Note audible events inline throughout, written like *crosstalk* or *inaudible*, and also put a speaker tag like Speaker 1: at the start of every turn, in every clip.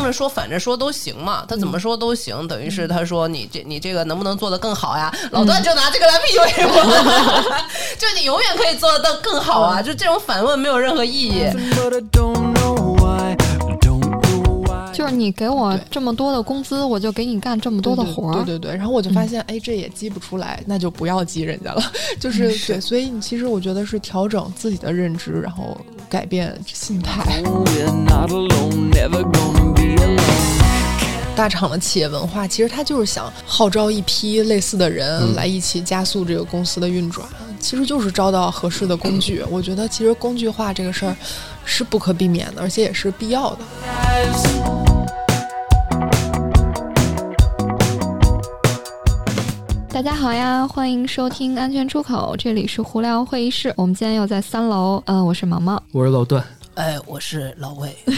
Speaker 1: 们说反正说都行嘛，他怎么说都行，
Speaker 2: 嗯
Speaker 1: 等于是他说你这你这个能不能做得更好呀？老段就拿这个来 PUA
Speaker 2: *laughs*
Speaker 1: 我，就你永远可以做得更好
Speaker 2: 嗯
Speaker 1: 啊！就这种反问没有任何意义。
Speaker 3: But I don't know why. I don't know
Speaker 2: 哎
Speaker 3: why.
Speaker 4: 就是你给我这么多的工资，我就给你干这么多的活
Speaker 5: 嗯对
Speaker 4: 儿。嗯
Speaker 5: 对对对。然后我就发现，哎，这也激不出来，那就不要激人家了。 *laughs*
Speaker 4: 嗯
Speaker 5: 就是对，所以你其实我觉得是调整自己的认知，然后改变心
Speaker 4: 嗯
Speaker 5: 态。
Speaker 3: Oh, we're not alone, never gonna be alone.
Speaker 5: 大厂的企业文化，其实它就是想号召一批类似的
Speaker 4: 嗯
Speaker 5: 人来一起加速这个公司的运转，其实就是招到合适的工具。
Speaker 4: 嗯
Speaker 5: 我觉得其实工具化这个事儿是不可避免的，而且也是必要的。
Speaker 4: 大家好呀，欢迎收听安全出口，这里是胡聊会议室，我们今天又在三楼。嗯、我是毛毛。
Speaker 2: 我是老段，
Speaker 1: 哎，我是老魏， *laughs*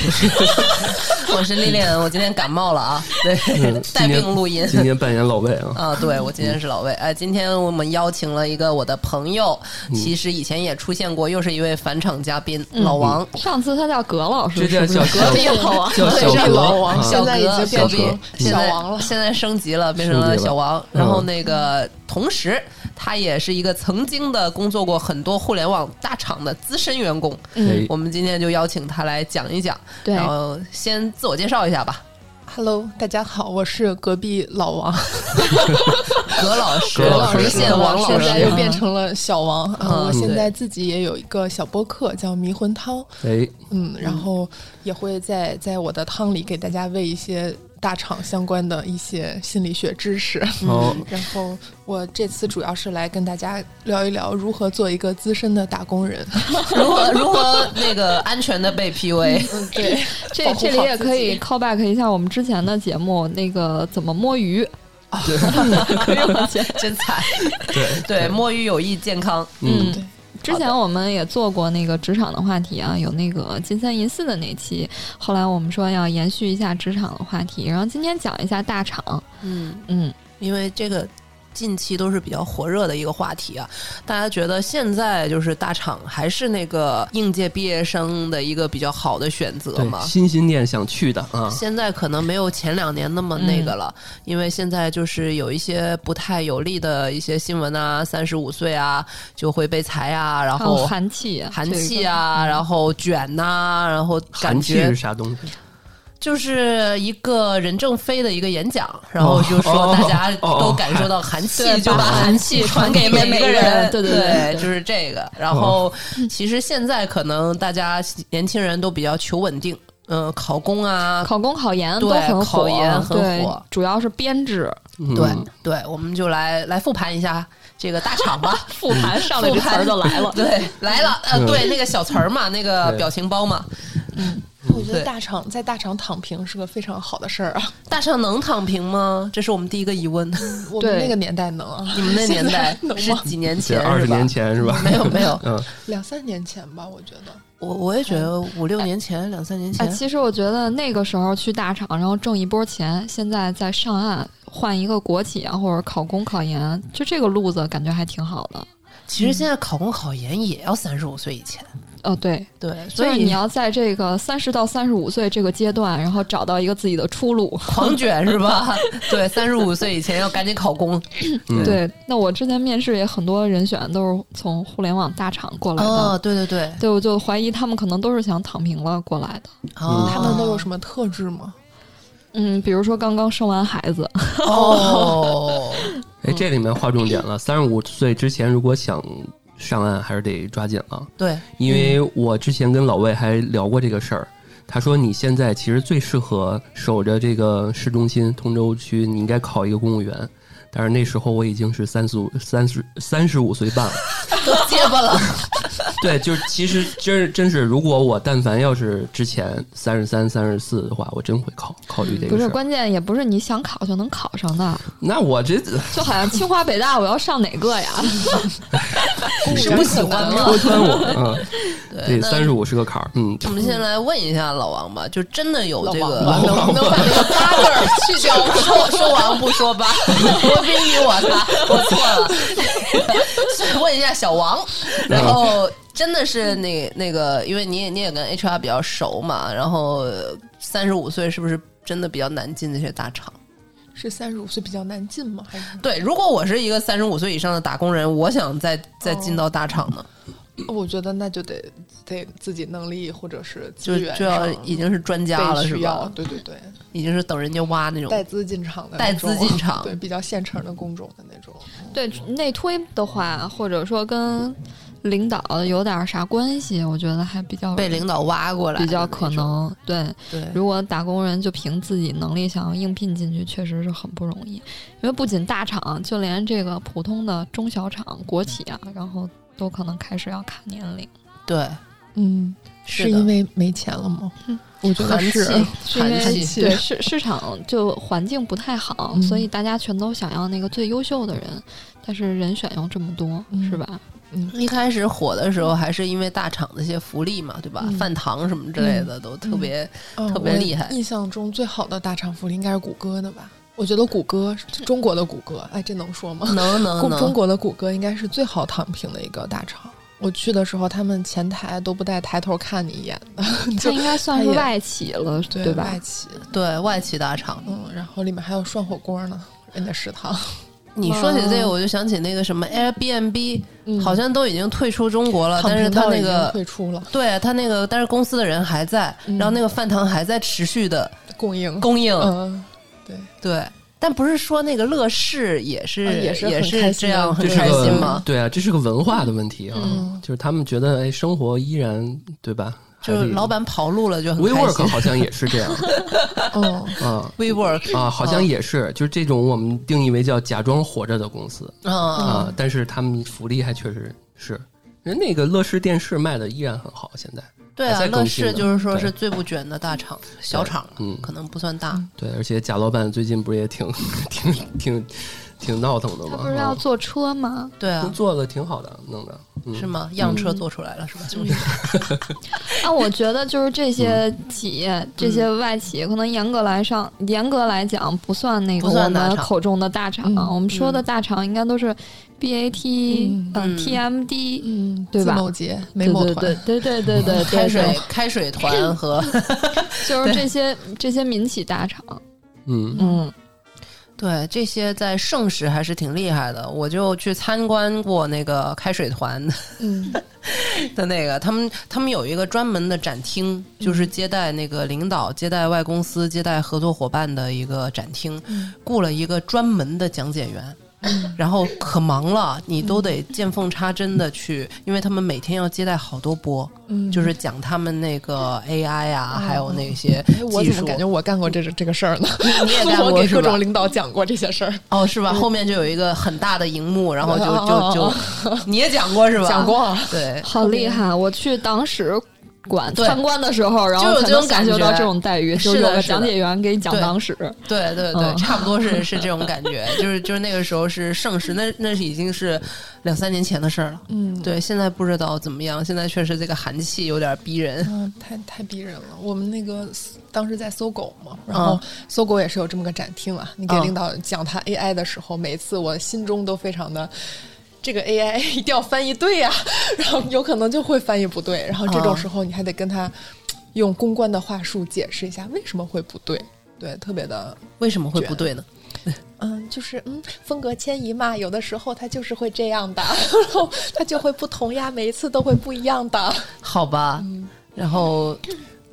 Speaker 1: 我是丽丽，我今天感冒了啊，对
Speaker 2: 嗯，
Speaker 1: 带
Speaker 2: 今年
Speaker 1: 病录音。
Speaker 2: *laughs* 今年扮演老魏啊，
Speaker 1: 啊，对，我今天是老魏。哎，今天我们邀请了一个我的朋友，
Speaker 2: 嗯
Speaker 1: 其实以前也出现过，又是一位返场嘉宾，老王。
Speaker 4: 上次他叫葛老师，
Speaker 2: 这叫
Speaker 4: 是不是
Speaker 2: 小小
Speaker 4: 壁哦老王
Speaker 2: 叫
Speaker 5: 对
Speaker 2: *laughs* 小
Speaker 5: 是
Speaker 2: 格
Speaker 5: 老王
Speaker 2: 啊
Speaker 5: 现
Speaker 1: 小
Speaker 5: 在已
Speaker 1: 哥，
Speaker 5: 经
Speaker 1: 小
Speaker 5: 变
Speaker 1: 哥
Speaker 5: 成，
Speaker 1: 现
Speaker 5: 小
Speaker 1: 在
Speaker 5: 王了
Speaker 1: 现在升级了，变成了小王。
Speaker 2: 嗯
Speaker 1: 然后那个，同时他也是一个曾经的工作过很多互联网大厂的资深员工。
Speaker 5: 嗯
Speaker 2: 哎
Speaker 1: 我们今天就邀请他来讲一讲，
Speaker 4: 对
Speaker 1: 然后先自我介绍一下吧，
Speaker 5: Hello，大家好，我是隔壁老王，
Speaker 1: 葛老师，
Speaker 2: 葛老师
Speaker 1: 不是现王老
Speaker 5: 现在又
Speaker 1: 师。
Speaker 5: 变成了小王。
Speaker 1: 嗯
Speaker 5: 啊，我现在自己也有一个小播客叫迷魂汤，
Speaker 2: 哎，
Speaker 5: 嗯，然后也会在在我的汤里给大家喂一些大厂相关的一些心理学知识。
Speaker 2: 好，
Speaker 5: *laughs* 然后我这次主要是来跟大家聊一聊如何做一个资深的打工人。
Speaker 1: 如何如何那个安全的被
Speaker 5: *laughs*
Speaker 1: PUA？
Speaker 5: 嗯，对，
Speaker 4: 这
Speaker 5: 保护好
Speaker 4: *laughs* 这里也
Speaker 5: 自
Speaker 4: 可
Speaker 5: 己
Speaker 4: 以 call back 一下我们之前的节目，那个怎么摸鱼，
Speaker 1: *laughs* 真惨。
Speaker 2: 对
Speaker 1: 对，，摸鱼有益健康。
Speaker 2: 嗯，
Speaker 5: 对
Speaker 4: 之前我们也做过那个职场的话题啊，有那个金三银四的那期，后来我们说要延续一下职场的话题，然后今天讲一下大厂，
Speaker 1: 嗯，
Speaker 4: 嗯，
Speaker 1: 因为这个近期都是比较火热的一个话题啊，大家觉得现在就是大厂还是那个应届毕业生的一个比较好的选择
Speaker 2: 对，
Speaker 1: 吗？
Speaker 2: 心心念想去的啊，
Speaker 1: 现在可能没有前两年那么那个了，
Speaker 2: 嗯
Speaker 1: 因为现在就是有一些不太有利的一些新闻啊，三十五岁啊就会被裁啊，然
Speaker 4: 还有
Speaker 2: 哦
Speaker 1: 后
Speaker 4: 寒气，
Speaker 1: 寒气，啊，然后卷呐、然后感
Speaker 2: 寒气
Speaker 1: 觉
Speaker 2: 是啥东西？
Speaker 1: 就是一个任正非的一个演讲，然后就说
Speaker 2: 哦
Speaker 1: 大家都感受到寒气，就把寒气传给每一个人，
Speaker 4: 对对
Speaker 1: 对
Speaker 4: 对
Speaker 1: 就是这个。然后其实现在可能大家年轻人都比较求稳定，嗯，考公啊。
Speaker 4: 考公考研
Speaker 1: 对
Speaker 4: 都很火，
Speaker 1: 考研很
Speaker 4: 对
Speaker 1: 火
Speaker 4: 主要是编制
Speaker 2: 嗯
Speaker 1: 对对，我们就来来复盘一下这个大厂
Speaker 4: *laughs*
Speaker 1: 吧。
Speaker 4: 复盘上来
Speaker 1: 复
Speaker 4: 这词
Speaker 1: 盘，
Speaker 4: 儿就来了
Speaker 1: 对，来了，呃，
Speaker 2: 嗯
Speaker 1: 对，那个小词儿嘛，那个
Speaker 2: 对
Speaker 1: 表情包嘛，
Speaker 5: 我觉
Speaker 1: 对
Speaker 5: 得大厂在大厂躺平是个非常好的事儿啊。
Speaker 1: 大厂能躺平吗？这是我们第一个疑问。
Speaker 5: 我们
Speaker 4: 对
Speaker 5: 那个年代能啊，
Speaker 1: 你们那年代
Speaker 5: 现在能
Speaker 1: 是
Speaker 5: 吗？
Speaker 1: 几年
Speaker 2: 这
Speaker 1: 前？
Speaker 2: 二十
Speaker 1: 是吧
Speaker 2: 年前
Speaker 1: *laughs*
Speaker 2: 是吧？
Speaker 1: 没有没有，
Speaker 2: 嗯，
Speaker 5: 两三年前吧，我觉得。
Speaker 1: 我我也觉得五六年前、两三年
Speaker 4: 哎，
Speaker 1: 前，
Speaker 4: 其实我觉得那个时候去大厂，然后挣一波钱，现在在上岸换一个国企啊，或者考公考研，就这个路子感觉还挺好的。
Speaker 1: 其实现在考公考研也要三十五岁以前，
Speaker 4: 哦，对，
Speaker 1: 对，所
Speaker 4: 所以
Speaker 1: 以
Speaker 4: 你要在这个三十到三十五岁这个阶段，然后找到一个自己的出路。
Speaker 1: *laughs* 狂卷是吧？对，三十五岁以前要赶紧考公。
Speaker 2: 嗯，
Speaker 4: *laughs* 对，那我之前面试也很多人选都是从互联网大厂过来的，
Speaker 1: 哦，对对对，
Speaker 4: 对，我就怀疑他们可能都是想躺平了过来的。
Speaker 1: 哦
Speaker 5: 他们都有什么特质吗？
Speaker 4: 嗯，比如说刚刚生完孩子，
Speaker 1: 哦，
Speaker 2: 哎，这里面划重点了，三十五岁之前如果想上岸，还是得抓紧了，
Speaker 1: 对，
Speaker 2: 因为我之前跟老魏还聊过这个事儿。他说：“你现在其实最适合守着这个市中心通州区，你应该考一个公务员。但是那时候我已经是三十五、三十、三十五岁半了，
Speaker 1: 都结巴了。
Speaker 2: 对，就是其实真真是，如果我但凡要是之前三十三、三十四的话，我真会考考虑这
Speaker 4: 不
Speaker 2: 个事儿。
Speaker 4: 是关键，也不是你想考就能考上的，
Speaker 2: *laughs* 那我这
Speaker 4: 就好像清华北大，我要上哪个呀？ *laughs*
Speaker 1: 是不喜欢吗
Speaker 2: *laughs* 戳穿我，
Speaker 1: *laughs*
Speaker 2: 嗯，对，
Speaker 1: 那
Speaker 2: 三十五是个坎儿，嗯，
Speaker 1: 我们先来问一下老王吧，就真的有这个
Speaker 5: 老王
Speaker 1: 能把这个八字儿去掉吗？ *laughs* 说说王不说八，我逼你我他，我错了。 *laughs* 是问一下小王，
Speaker 5: 嗯
Speaker 1: 然后真的是那那个，因为你也你也跟 HR 比较熟嘛，然后三十五岁是不是真的比较难进这些大厂。
Speaker 5: 是三十五岁比较难进吗？
Speaker 1: *clears throat*
Speaker 5: 还是
Speaker 1: 对，如果我是一个三十五岁以上的打工人，我想再再进到大厂呢，
Speaker 5: 我觉得那就得得自己能力或者是
Speaker 1: 就
Speaker 5: 资源
Speaker 1: 就要
Speaker 5: 上
Speaker 1: 已经是专家了，
Speaker 5: 被
Speaker 1: 是
Speaker 5: 需要，
Speaker 1: 吧？
Speaker 5: 对对对，
Speaker 1: 已经是等人家挖那种。
Speaker 5: 带资进场的
Speaker 1: 带
Speaker 5: 那
Speaker 1: 资
Speaker 5: 种 *laughs*
Speaker 1: 进场
Speaker 5: 对比较现成的工种的那种。
Speaker 4: 对内推的话，或者说跟领导有点啥关系，我觉得还比较
Speaker 1: 被领导挖过来的
Speaker 4: 比
Speaker 1: 那种，
Speaker 4: 较可能。对，
Speaker 1: 对，
Speaker 5: 嗯
Speaker 4: 如果打工人就凭自己能力想要应聘进去，确实是很不容易。因为不仅大厂，就连这个普通的中小厂、国企啊，然后都可能开始要看年龄。
Speaker 1: 对，
Speaker 5: 嗯，
Speaker 1: 是
Speaker 5: 是
Speaker 1: 的嗯
Speaker 5: 因为没钱了吗？我觉得
Speaker 1: 寒气
Speaker 5: 是。啊
Speaker 4: 是
Speaker 1: *laughs*
Speaker 4: 因
Speaker 1: 寒
Speaker 4: 为
Speaker 1: 气
Speaker 4: 对市市场就环境不太好，
Speaker 5: 嗯
Speaker 4: 所以大家全都想要那个最优秀的人，但是人选又这么多，
Speaker 5: 嗯
Speaker 4: 是吧？
Speaker 1: 一开始火的时候还是因为大厂的一些福利嘛，对吧？
Speaker 5: 嗯
Speaker 1: 饭堂什么之类的都特别，
Speaker 5: 嗯
Speaker 1: 特别
Speaker 5: 我
Speaker 1: 厉害
Speaker 5: 印象中最好的大厂福利应该是谷歌的吧？我觉得谷歌，中国的谷歌，哎，这能说吗？
Speaker 1: 能嗯能
Speaker 5: 中中
Speaker 1: 能，
Speaker 5: 国的谷歌应该是最好躺平的一个大厂。我去的时候，他们前台都不带抬头看你一眼的，
Speaker 4: 这
Speaker 5: 就
Speaker 4: 应该算
Speaker 5: 哎
Speaker 4: 是
Speaker 5: 呀
Speaker 4: 外企了，对吧
Speaker 5: 外？企，
Speaker 1: 对外企大厂。
Speaker 5: 嗯，然后里面还有涮火锅呢，人家食堂，
Speaker 1: 你说起这个，我就想起那个什么 Airbnb，、好
Speaker 4: 嗯
Speaker 1: 像都已经退出中国了，
Speaker 5: 嗯躺
Speaker 1: 但是
Speaker 5: 平
Speaker 1: 他
Speaker 5: 到
Speaker 1: 那
Speaker 5: 已经
Speaker 1: 个
Speaker 5: 退出了
Speaker 1: 对他那个，但是公司的人还在，
Speaker 5: 嗯
Speaker 1: 然后那个饭堂还在持续的
Speaker 5: 供应，
Speaker 1: 供应，
Speaker 5: 嗯，对，
Speaker 1: 对。但不是说那个乐视也是、
Speaker 5: 啊
Speaker 1: 也
Speaker 5: 也是很开心的
Speaker 1: 这样很
Speaker 2: 这是
Speaker 1: 开心
Speaker 2: 个
Speaker 1: 吗？
Speaker 2: 对啊，这是个文化的问题啊，
Speaker 4: 嗯
Speaker 2: 就是他们觉得哎，生活依然对吧？还
Speaker 1: 就是
Speaker 2: 得
Speaker 1: 老板跑路了就很开
Speaker 2: WeWork
Speaker 1: 心。
Speaker 2: 好像也是这样
Speaker 5: 嗯，
Speaker 2: 啊
Speaker 1: WeWork *laughs* 嗯
Speaker 2: 啊，好像也是，就是这种我们定义为叫假装活着的公司
Speaker 1: 啊，
Speaker 2: 啊，但是他们福利还确实是。人那个乐视电视卖的依然很好，现在
Speaker 1: 对
Speaker 2: 还
Speaker 1: 啊，
Speaker 2: 在
Speaker 1: 乐
Speaker 2: 更新
Speaker 1: 视
Speaker 2: 呢
Speaker 1: 就是说
Speaker 2: 对
Speaker 1: 是最不卷的大厂，小厂
Speaker 2: 嗯
Speaker 1: 可能不算大。
Speaker 2: 对，而且贾老板最近不是也挺 *laughs* 挺挺挺闹腾的
Speaker 4: 他
Speaker 2: 吗？
Speaker 4: 不是要
Speaker 2: 啊
Speaker 4: 坐车吗？
Speaker 1: 对啊，
Speaker 2: 做的挺好的，弄的嗯
Speaker 1: 是吗？样车做出来了是吧？ *laughs* 兄弟，
Speaker 4: 啊，我觉得就是这些
Speaker 5: 嗯
Speaker 4: 企业，这些外企，可能严格来上，严格来讲不算那个
Speaker 1: 不
Speaker 4: 我
Speaker 1: 算大
Speaker 4: 们
Speaker 1: 厂
Speaker 4: 口中的大厂。
Speaker 5: 嗯
Speaker 4: 我们说的大厂应该都是 BAT，
Speaker 5: 嗯
Speaker 4: 呃
Speaker 1: 嗯
Speaker 4: TMD，
Speaker 5: 嗯，
Speaker 4: 对吧
Speaker 5: 自某杰、美
Speaker 4: 对
Speaker 5: 某
Speaker 4: 对
Speaker 5: 团，
Speaker 4: 对对对对
Speaker 5: *laughs*
Speaker 4: 对
Speaker 1: 开
Speaker 4: 对
Speaker 1: 水
Speaker 4: 对，
Speaker 1: 开水
Speaker 4: *laughs*
Speaker 1: 团和
Speaker 4: 就是这些这些民企大厂。
Speaker 2: 嗯
Speaker 4: 嗯，
Speaker 1: 对这些在盛世还是挺厉害的。我就去参观过那个开水团的
Speaker 5: 嗯，
Speaker 1: 的那个，他们他们有一个专门的展厅，就是接待那个领导、接待外公司、接待合作伙伴的一个展厅，
Speaker 5: 嗯
Speaker 1: 雇了一个专门的讲解员。然后可忙了，你都得见缝插针的去，因为他们每天要接待好多波，
Speaker 5: 嗯
Speaker 1: 就是讲他们那个 AI 啊，还有那些
Speaker 5: 哎，我
Speaker 1: 技
Speaker 5: 怎
Speaker 1: 术
Speaker 5: 么。感觉我干过这这个事儿呢？
Speaker 1: *laughs* 你也干过
Speaker 5: *laughs* 我给
Speaker 1: 是
Speaker 5: 各
Speaker 1: 吧
Speaker 5: 种领导讲过这些事儿，
Speaker 1: 哦，是吧？后面就有一个很大的荧幕，然后
Speaker 5: *laughs*
Speaker 1: 就就
Speaker 5: 哦
Speaker 1: 就，
Speaker 5: *laughs*
Speaker 1: 你也讲过是吧？
Speaker 5: 讲，过， *laughs*
Speaker 1: 对，
Speaker 4: 好厉害！我去党史馆
Speaker 1: 对
Speaker 4: 参观的时候，然
Speaker 1: 就
Speaker 4: 后
Speaker 1: 有
Speaker 4: 才
Speaker 1: 这种
Speaker 4: 能感
Speaker 1: 感
Speaker 4: 受到
Speaker 1: 觉
Speaker 4: 这种待遇，就是有
Speaker 1: 的
Speaker 4: 个
Speaker 1: 是
Speaker 4: 讲
Speaker 1: 的
Speaker 4: 解员给你讲
Speaker 1: 对
Speaker 4: 党史。
Speaker 1: 对对对，
Speaker 4: 嗯
Speaker 1: 差不多是是这种感觉，就是就是那个时候是盛世，那那是已经是两三年前的事儿了。
Speaker 5: 嗯，
Speaker 1: 对，现在不知道怎么样，现在确实这个寒气有点逼人。
Speaker 5: 嗯，太太逼人了。我们那个当时在搜狗嘛，然后搜狗也是有这么个展厅啊。你给
Speaker 1: 嗯
Speaker 5: 领导讲他 AI 的时候，每次我心中都非常的。这个 AI *laughs* 一定要翻译对呀、然后有可能就会翻译不对，然后这种
Speaker 1: 嗯
Speaker 5: 时候你还得跟他用公关的话术解释一下为什么会不对，对，特别的，
Speaker 1: 为什么会不对呢？
Speaker 5: 嗯，就是嗯，风格迁移嘛，有的时候它就是会这样的， *laughs* 然后它就会不同呀，每一次都会不一样的，
Speaker 1: 好吧，然后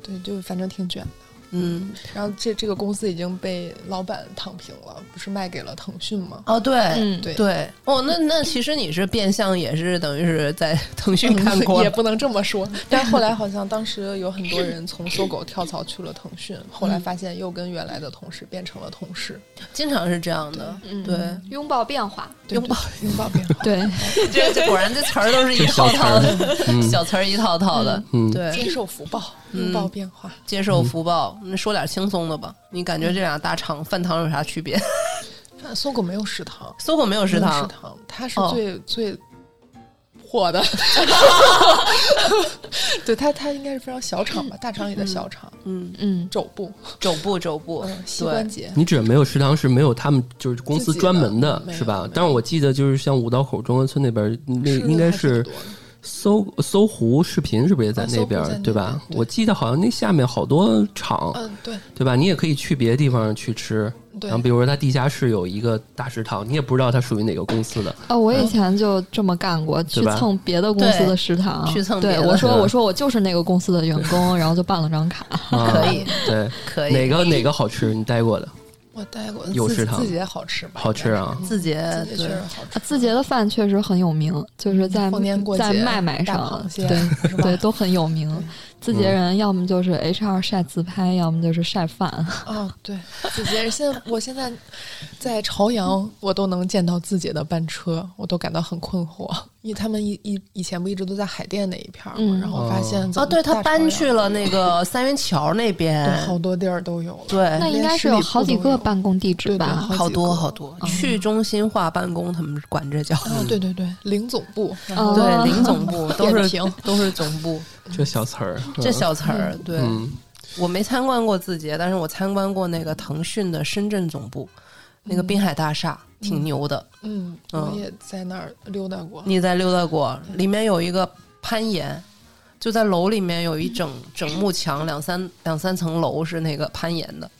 Speaker 5: 对，就反正挺卷。
Speaker 1: 嗯，
Speaker 5: 然后这这个公司已经被老板躺平了，不是卖给了腾讯
Speaker 1: *laughs*
Speaker 5: 吗？
Speaker 1: 哦对。
Speaker 4: 嗯，
Speaker 5: 对，
Speaker 1: 对哦，那那其实你是变相也是等于是在腾讯看过
Speaker 5: 嗯也不能这
Speaker 1: *laughs*
Speaker 5: 么说。但后来好像当时有很多人从搜狗跳槽去了腾
Speaker 1: 嗯
Speaker 5: 讯，后来发现又跟原来的同事变成了同事，
Speaker 1: 经常是这样的，
Speaker 4: 嗯
Speaker 1: 对， *laughs*
Speaker 4: 拥抱变化。
Speaker 5: 对
Speaker 1: 拥抱
Speaker 5: 拥抱变化，
Speaker 4: 对，
Speaker 1: 这这果然这词儿嗯都是一套套的，小词儿一套套的，
Speaker 2: 嗯
Speaker 5: 接
Speaker 1: *laughs* 对，嗯
Speaker 5: 受福报，拥抱变化。
Speaker 1: 接受福报。那说点轻松的吧，你感
Speaker 5: 嗯
Speaker 1: 觉这俩大厂饭堂有啥区别？ *laughs*
Speaker 5: 但搜狗没有食堂，
Speaker 1: 搜狗没有食
Speaker 5: 没有
Speaker 1: 堂
Speaker 5: 食，堂，它是
Speaker 1: 哦
Speaker 5: 最、最。
Speaker 1: *laughs*
Speaker 5: 火的，对它它应该是非常小厂吧，大厂里的小厂，
Speaker 1: 嗯，
Speaker 4: 嗯，
Speaker 5: 肘部，
Speaker 1: 肘部肘部
Speaker 5: 嗯，，膝关
Speaker 1: 对，
Speaker 5: 节，
Speaker 2: 你指的没有食堂是没有他们就是公司专门
Speaker 5: 自己的没有
Speaker 2: 是吧
Speaker 5: 没有？
Speaker 2: 但是我记得就是像五道口中关村那边，那
Speaker 5: 吃的
Speaker 2: 嗯应该
Speaker 5: 还挺
Speaker 2: 是
Speaker 5: 多的
Speaker 2: 搜搜狐视频是不是也在
Speaker 5: 啊搜
Speaker 2: 那
Speaker 5: 狐
Speaker 2: 边儿
Speaker 5: 在那
Speaker 2: 对吧？
Speaker 5: 边对
Speaker 2: 我记得好像那下面好多厂
Speaker 5: 嗯，对
Speaker 2: 对吧？你也可以去别的地方去吃。
Speaker 5: 对
Speaker 2: 然后，比如说它地下室有一个大食堂，你也不知道它属于哪个公
Speaker 5: *laughs*
Speaker 2: 司的。
Speaker 4: 啊、我以前就这么干过，去
Speaker 2: 吧
Speaker 4: 蹭别的公司的食堂，
Speaker 1: 去蹭别
Speaker 4: 对
Speaker 1: 的
Speaker 4: 我说
Speaker 2: 对
Speaker 4: 我说我就是那个公司的员工，然后就办了张卡。
Speaker 2: 啊
Speaker 1: 可以
Speaker 2: 对，
Speaker 1: 可以
Speaker 2: 哪个哪个好吃？你待过的
Speaker 5: 我待过，
Speaker 2: 有
Speaker 5: 自
Speaker 2: 食堂
Speaker 5: 自己也好吃吧？
Speaker 2: 好吃啊？
Speaker 1: 字节
Speaker 5: 应该是，自
Speaker 1: 呃对
Speaker 5: 己确
Speaker 1: 哦呃
Speaker 5: 实好吃。
Speaker 4: 啊字节的饭确实很有名，就是在
Speaker 5: 嗯逢年过节
Speaker 4: 在麦麦
Speaker 5: 大
Speaker 4: 上
Speaker 5: 螃，蟹
Speaker 4: 对
Speaker 5: 是吧
Speaker 4: 对都很有名。字节人要么就是 HR 晒自拍，要么就是晒饭。
Speaker 5: 哦，对，自己现在我现在在朝阳，我都能见到自己的班车，我都感到很困惑。因为他们一一以前不一直都在海淀那一片儿吗？
Speaker 4: 嗯
Speaker 5: 然后发现怎
Speaker 1: 哦，
Speaker 5: 么
Speaker 1: 对他
Speaker 5: 大朝阳
Speaker 1: 搬去了那个三元桥那
Speaker 5: 对，好
Speaker 1: 边，
Speaker 5: 多地儿都有了。
Speaker 1: 对，
Speaker 4: 那应该是有好几个办公地址
Speaker 5: 对对
Speaker 4: 吧？
Speaker 5: 好
Speaker 1: 好
Speaker 5: 几
Speaker 1: 多
Speaker 5: 个嗯
Speaker 1: 好多，去中心化办公，他们管这叫。嗯
Speaker 5: 啊，对对对，零总部，然后
Speaker 4: 哦
Speaker 1: 对，零总
Speaker 5: *laughs*
Speaker 1: 部都
Speaker 5: 点
Speaker 1: 是
Speaker 5: 评
Speaker 1: 都是总部，
Speaker 2: 这小词儿，
Speaker 1: 这
Speaker 2: 嗯
Speaker 1: 小词儿。对
Speaker 2: 嗯，
Speaker 1: 我没参观过字节，但是我参观过那个腾讯的深圳总部，那个滨海大厦挺牛的。
Speaker 5: 嗯，
Speaker 1: 嗯
Speaker 5: 我也在那儿溜达过。
Speaker 1: 你在溜达过，里面有一个攀岩，就在楼里面有一整整幕墙，两三两三层楼是那个攀岩的，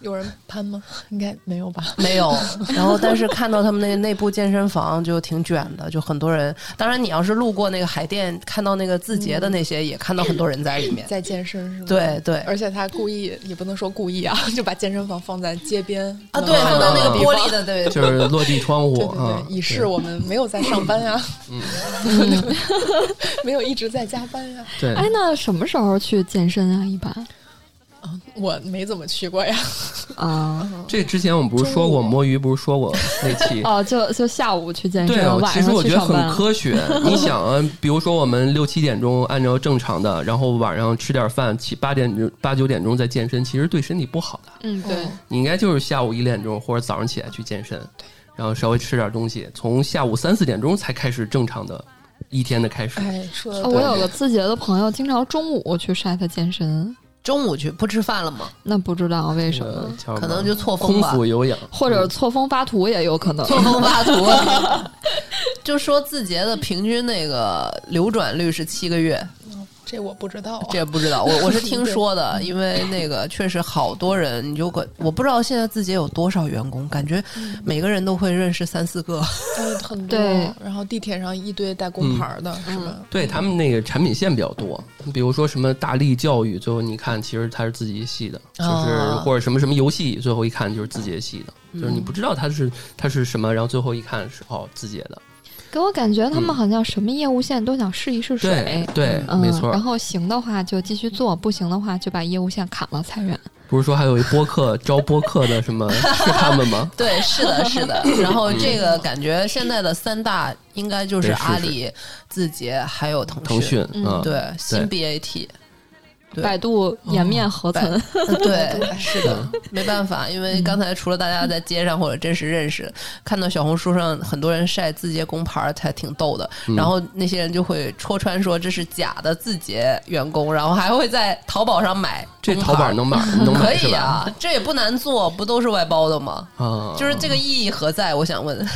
Speaker 5: 有人攀吗？ *laughs* 应该没有吧？
Speaker 1: 没有。然后但是看到他们那个内部健身房就挺卷的，就很多人。当然你要是路过那个海淀，看到那个字节的那些，也看到很多人在里面。
Speaker 5: 在健身是吗？
Speaker 1: 对对
Speaker 5: 而且他故意也不能说故意啊， *laughs* 就把健身房放在街边
Speaker 1: 啊，对，
Speaker 5: 能
Speaker 1: 放在
Speaker 5: 看
Speaker 1: 那
Speaker 5: 到
Speaker 1: 个
Speaker 5: 地
Speaker 1: 玻
Speaker 5: 方
Speaker 1: 璃的，对，
Speaker 2: 就是落地窗户
Speaker 5: *laughs* 对
Speaker 2: 啊
Speaker 5: 对，嗯对，以示我们没有在上班呀， *laughs* 没有一直在加班啊呀，
Speaker 2: 对
Speaker 4: *laughs* 哎，那什么时候去健身啊？一般
Speaker 5: 我没怎么去过呀。
Speaker 4: 啊。。
Speaker 2: 这之前我们不是说过摸鱼，不是说过那期
Speaker 5: *laughs*
Speaker 4: 哦，就就下午去健身，
Speaker 2: 对啊，
Speaker 4: 晚
Speaker 2: 其实
Speaker 4: 上
Speaker 2: 我
Speaker 4: 去
Speaker 2: 觉得
Speaker 4: 上
Speaker 2: 很
Speaker 4: 班。
Speaker 2: 科学。你想啊，比如说我们六七点钟按照正常的，然后晚上吃点饭，七八点钟八九点钟再健身，其实对身体不好的。
Speaker 4: 嗯，
Speaker 1: 哦
Speaker 4: 对，
Speaker 2: 你应该就是下午一点钟或者早上起来去健身，然后稍微吃点东西，从下午三四点钟才开始正常的一天的开始。
Speaker 5: 哎，说的
Speaker 4: 哦我有个字节的朋友，经常中午去晒他健身，
Speaker 1: 中午去不吃饭了吗？
Speaker 4: 那不知道为什
Speaker 2: 这个
Speaker 4: 么，
Speaker 2: 呃叫什么
Speaker 1: 可能就错峰
Speaker 2: 空
Speaker 1: 吧。
Speaker 2: 腹有氧， *laughs*
Speaker 4: 或者错峰发图也有可能。
Speaker 1: 错峰发图， *laughs* 就说字节的平均那个流转率是七个月，
Speaker 5: 这我不知道啊，
Speaker 1: 这也不知道，我我是 *laughs* 听说的，因为那个确实好多人，你就管我不知道现在字节有多少员工，感觉每个人都会认识三四个，
Speaker 5: 呃很多
Speaker 4: 对。
Speaker 5: 然后地铁上一堆带工牌的是吧？
Speaker 1: 嗯
Speaker 2: 对他们那个产品线比较多，比如说什么大力教育，最后你看其实它是自己系的，就是、
Speaker 1: 啊
Speaker 2: 或者什么什么游戏，最后一看就是自己系的，
Speaker 1: 嗯
Speaker 2: 就是你不知道它是它是什么，然后最后一看是哦自己的，
Speaker 4: 给我感觉他们好像什么业务线都想试一试水
Speaker 2: 对。对，
Speaker 4: 嗯，
Speaker 2: 没错。
Speaker 4: 然后行的话就继续做，不行的话就把业务线砍了裁员。
Speaker 2: 不是说还有一播客招播客的什么
Speaker 1: *laughs*
Speaker 2: 是他们吗？
Speaker 1: 对，是的，是 *laughs* 的。然后这个感觉现在的三大应该就是
Speaker 2: 嗯对是
Speaker 1: 阿里、字节还有腾
Speaker 2: 腾讯
Speaker 1: 讯，
Speaker 4: 嗯
Speaker 2: 啊，
Speaker 1: 对，新 BAT，对
Speaker 4: 百度颜面何
Speaker 2: 嗯
Speaker 4: 存？
Speaker 1: 呃对，是的，没办法，因为刚才除了大家在街上或者真实认识，看到小红书上很多人晒字节工牌儿，才挺逗的。
Speaker 2: 嗯
Speaker 1: 然后那些人就会戳穿说这是假的字节员工，然后还会在淘宝上买
Speaker 2: 这
Speaker 1: 工牌儿。
Speaker 2: 淘宝能买能
Speaker 1: 可
Speaker 2: 买是
Speaker 1: 以
Speaker 2: 吧？
Speaker 1: 啊，这也不难做，不都是外包的吗？
Speaker 2: 啊，
Speaker 1: 就是这个意义何在？我想问，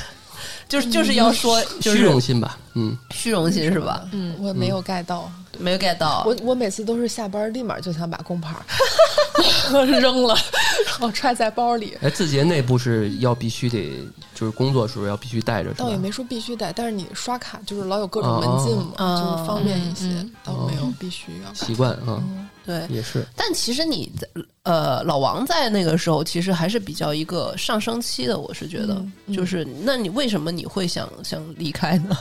Speaker 1: 就是就是要说就
Speaker 2: 虚荣
Speaker 1: 是
Speaker 2: 心吧，嗯，
Speaker 1: 虚荣心是吧？
Speaker 5: 嗯，我没有 get 到，
Speaker 1: 没有 get 到
Speaker 5: 我，我每次都是下班立马就想把工牌 *laughs* 儿扔了，然后揣在包里。
Speaker 2: 哎，字节内部是要必须得，就是工作时候要必须带着，是吧
Speaker 5: 倒也没说必须带，但是你刷卡就是老有各种门禁嘛，
Speaker 1: 哦
Speaker 5: 就是方便一些，
Speaker 4: 嗯嗯
Speaker 5: 倒没有必须要。
Speaker 2: 习惯啊，
Speaker 1: 对，
Speaker 2: 也是
Speaker 1: 但其实你在呃，老王在那个时候其实还是比较一个上升期的，我是觉得，就是那你为什么你会想 *laughs* 想离开呢？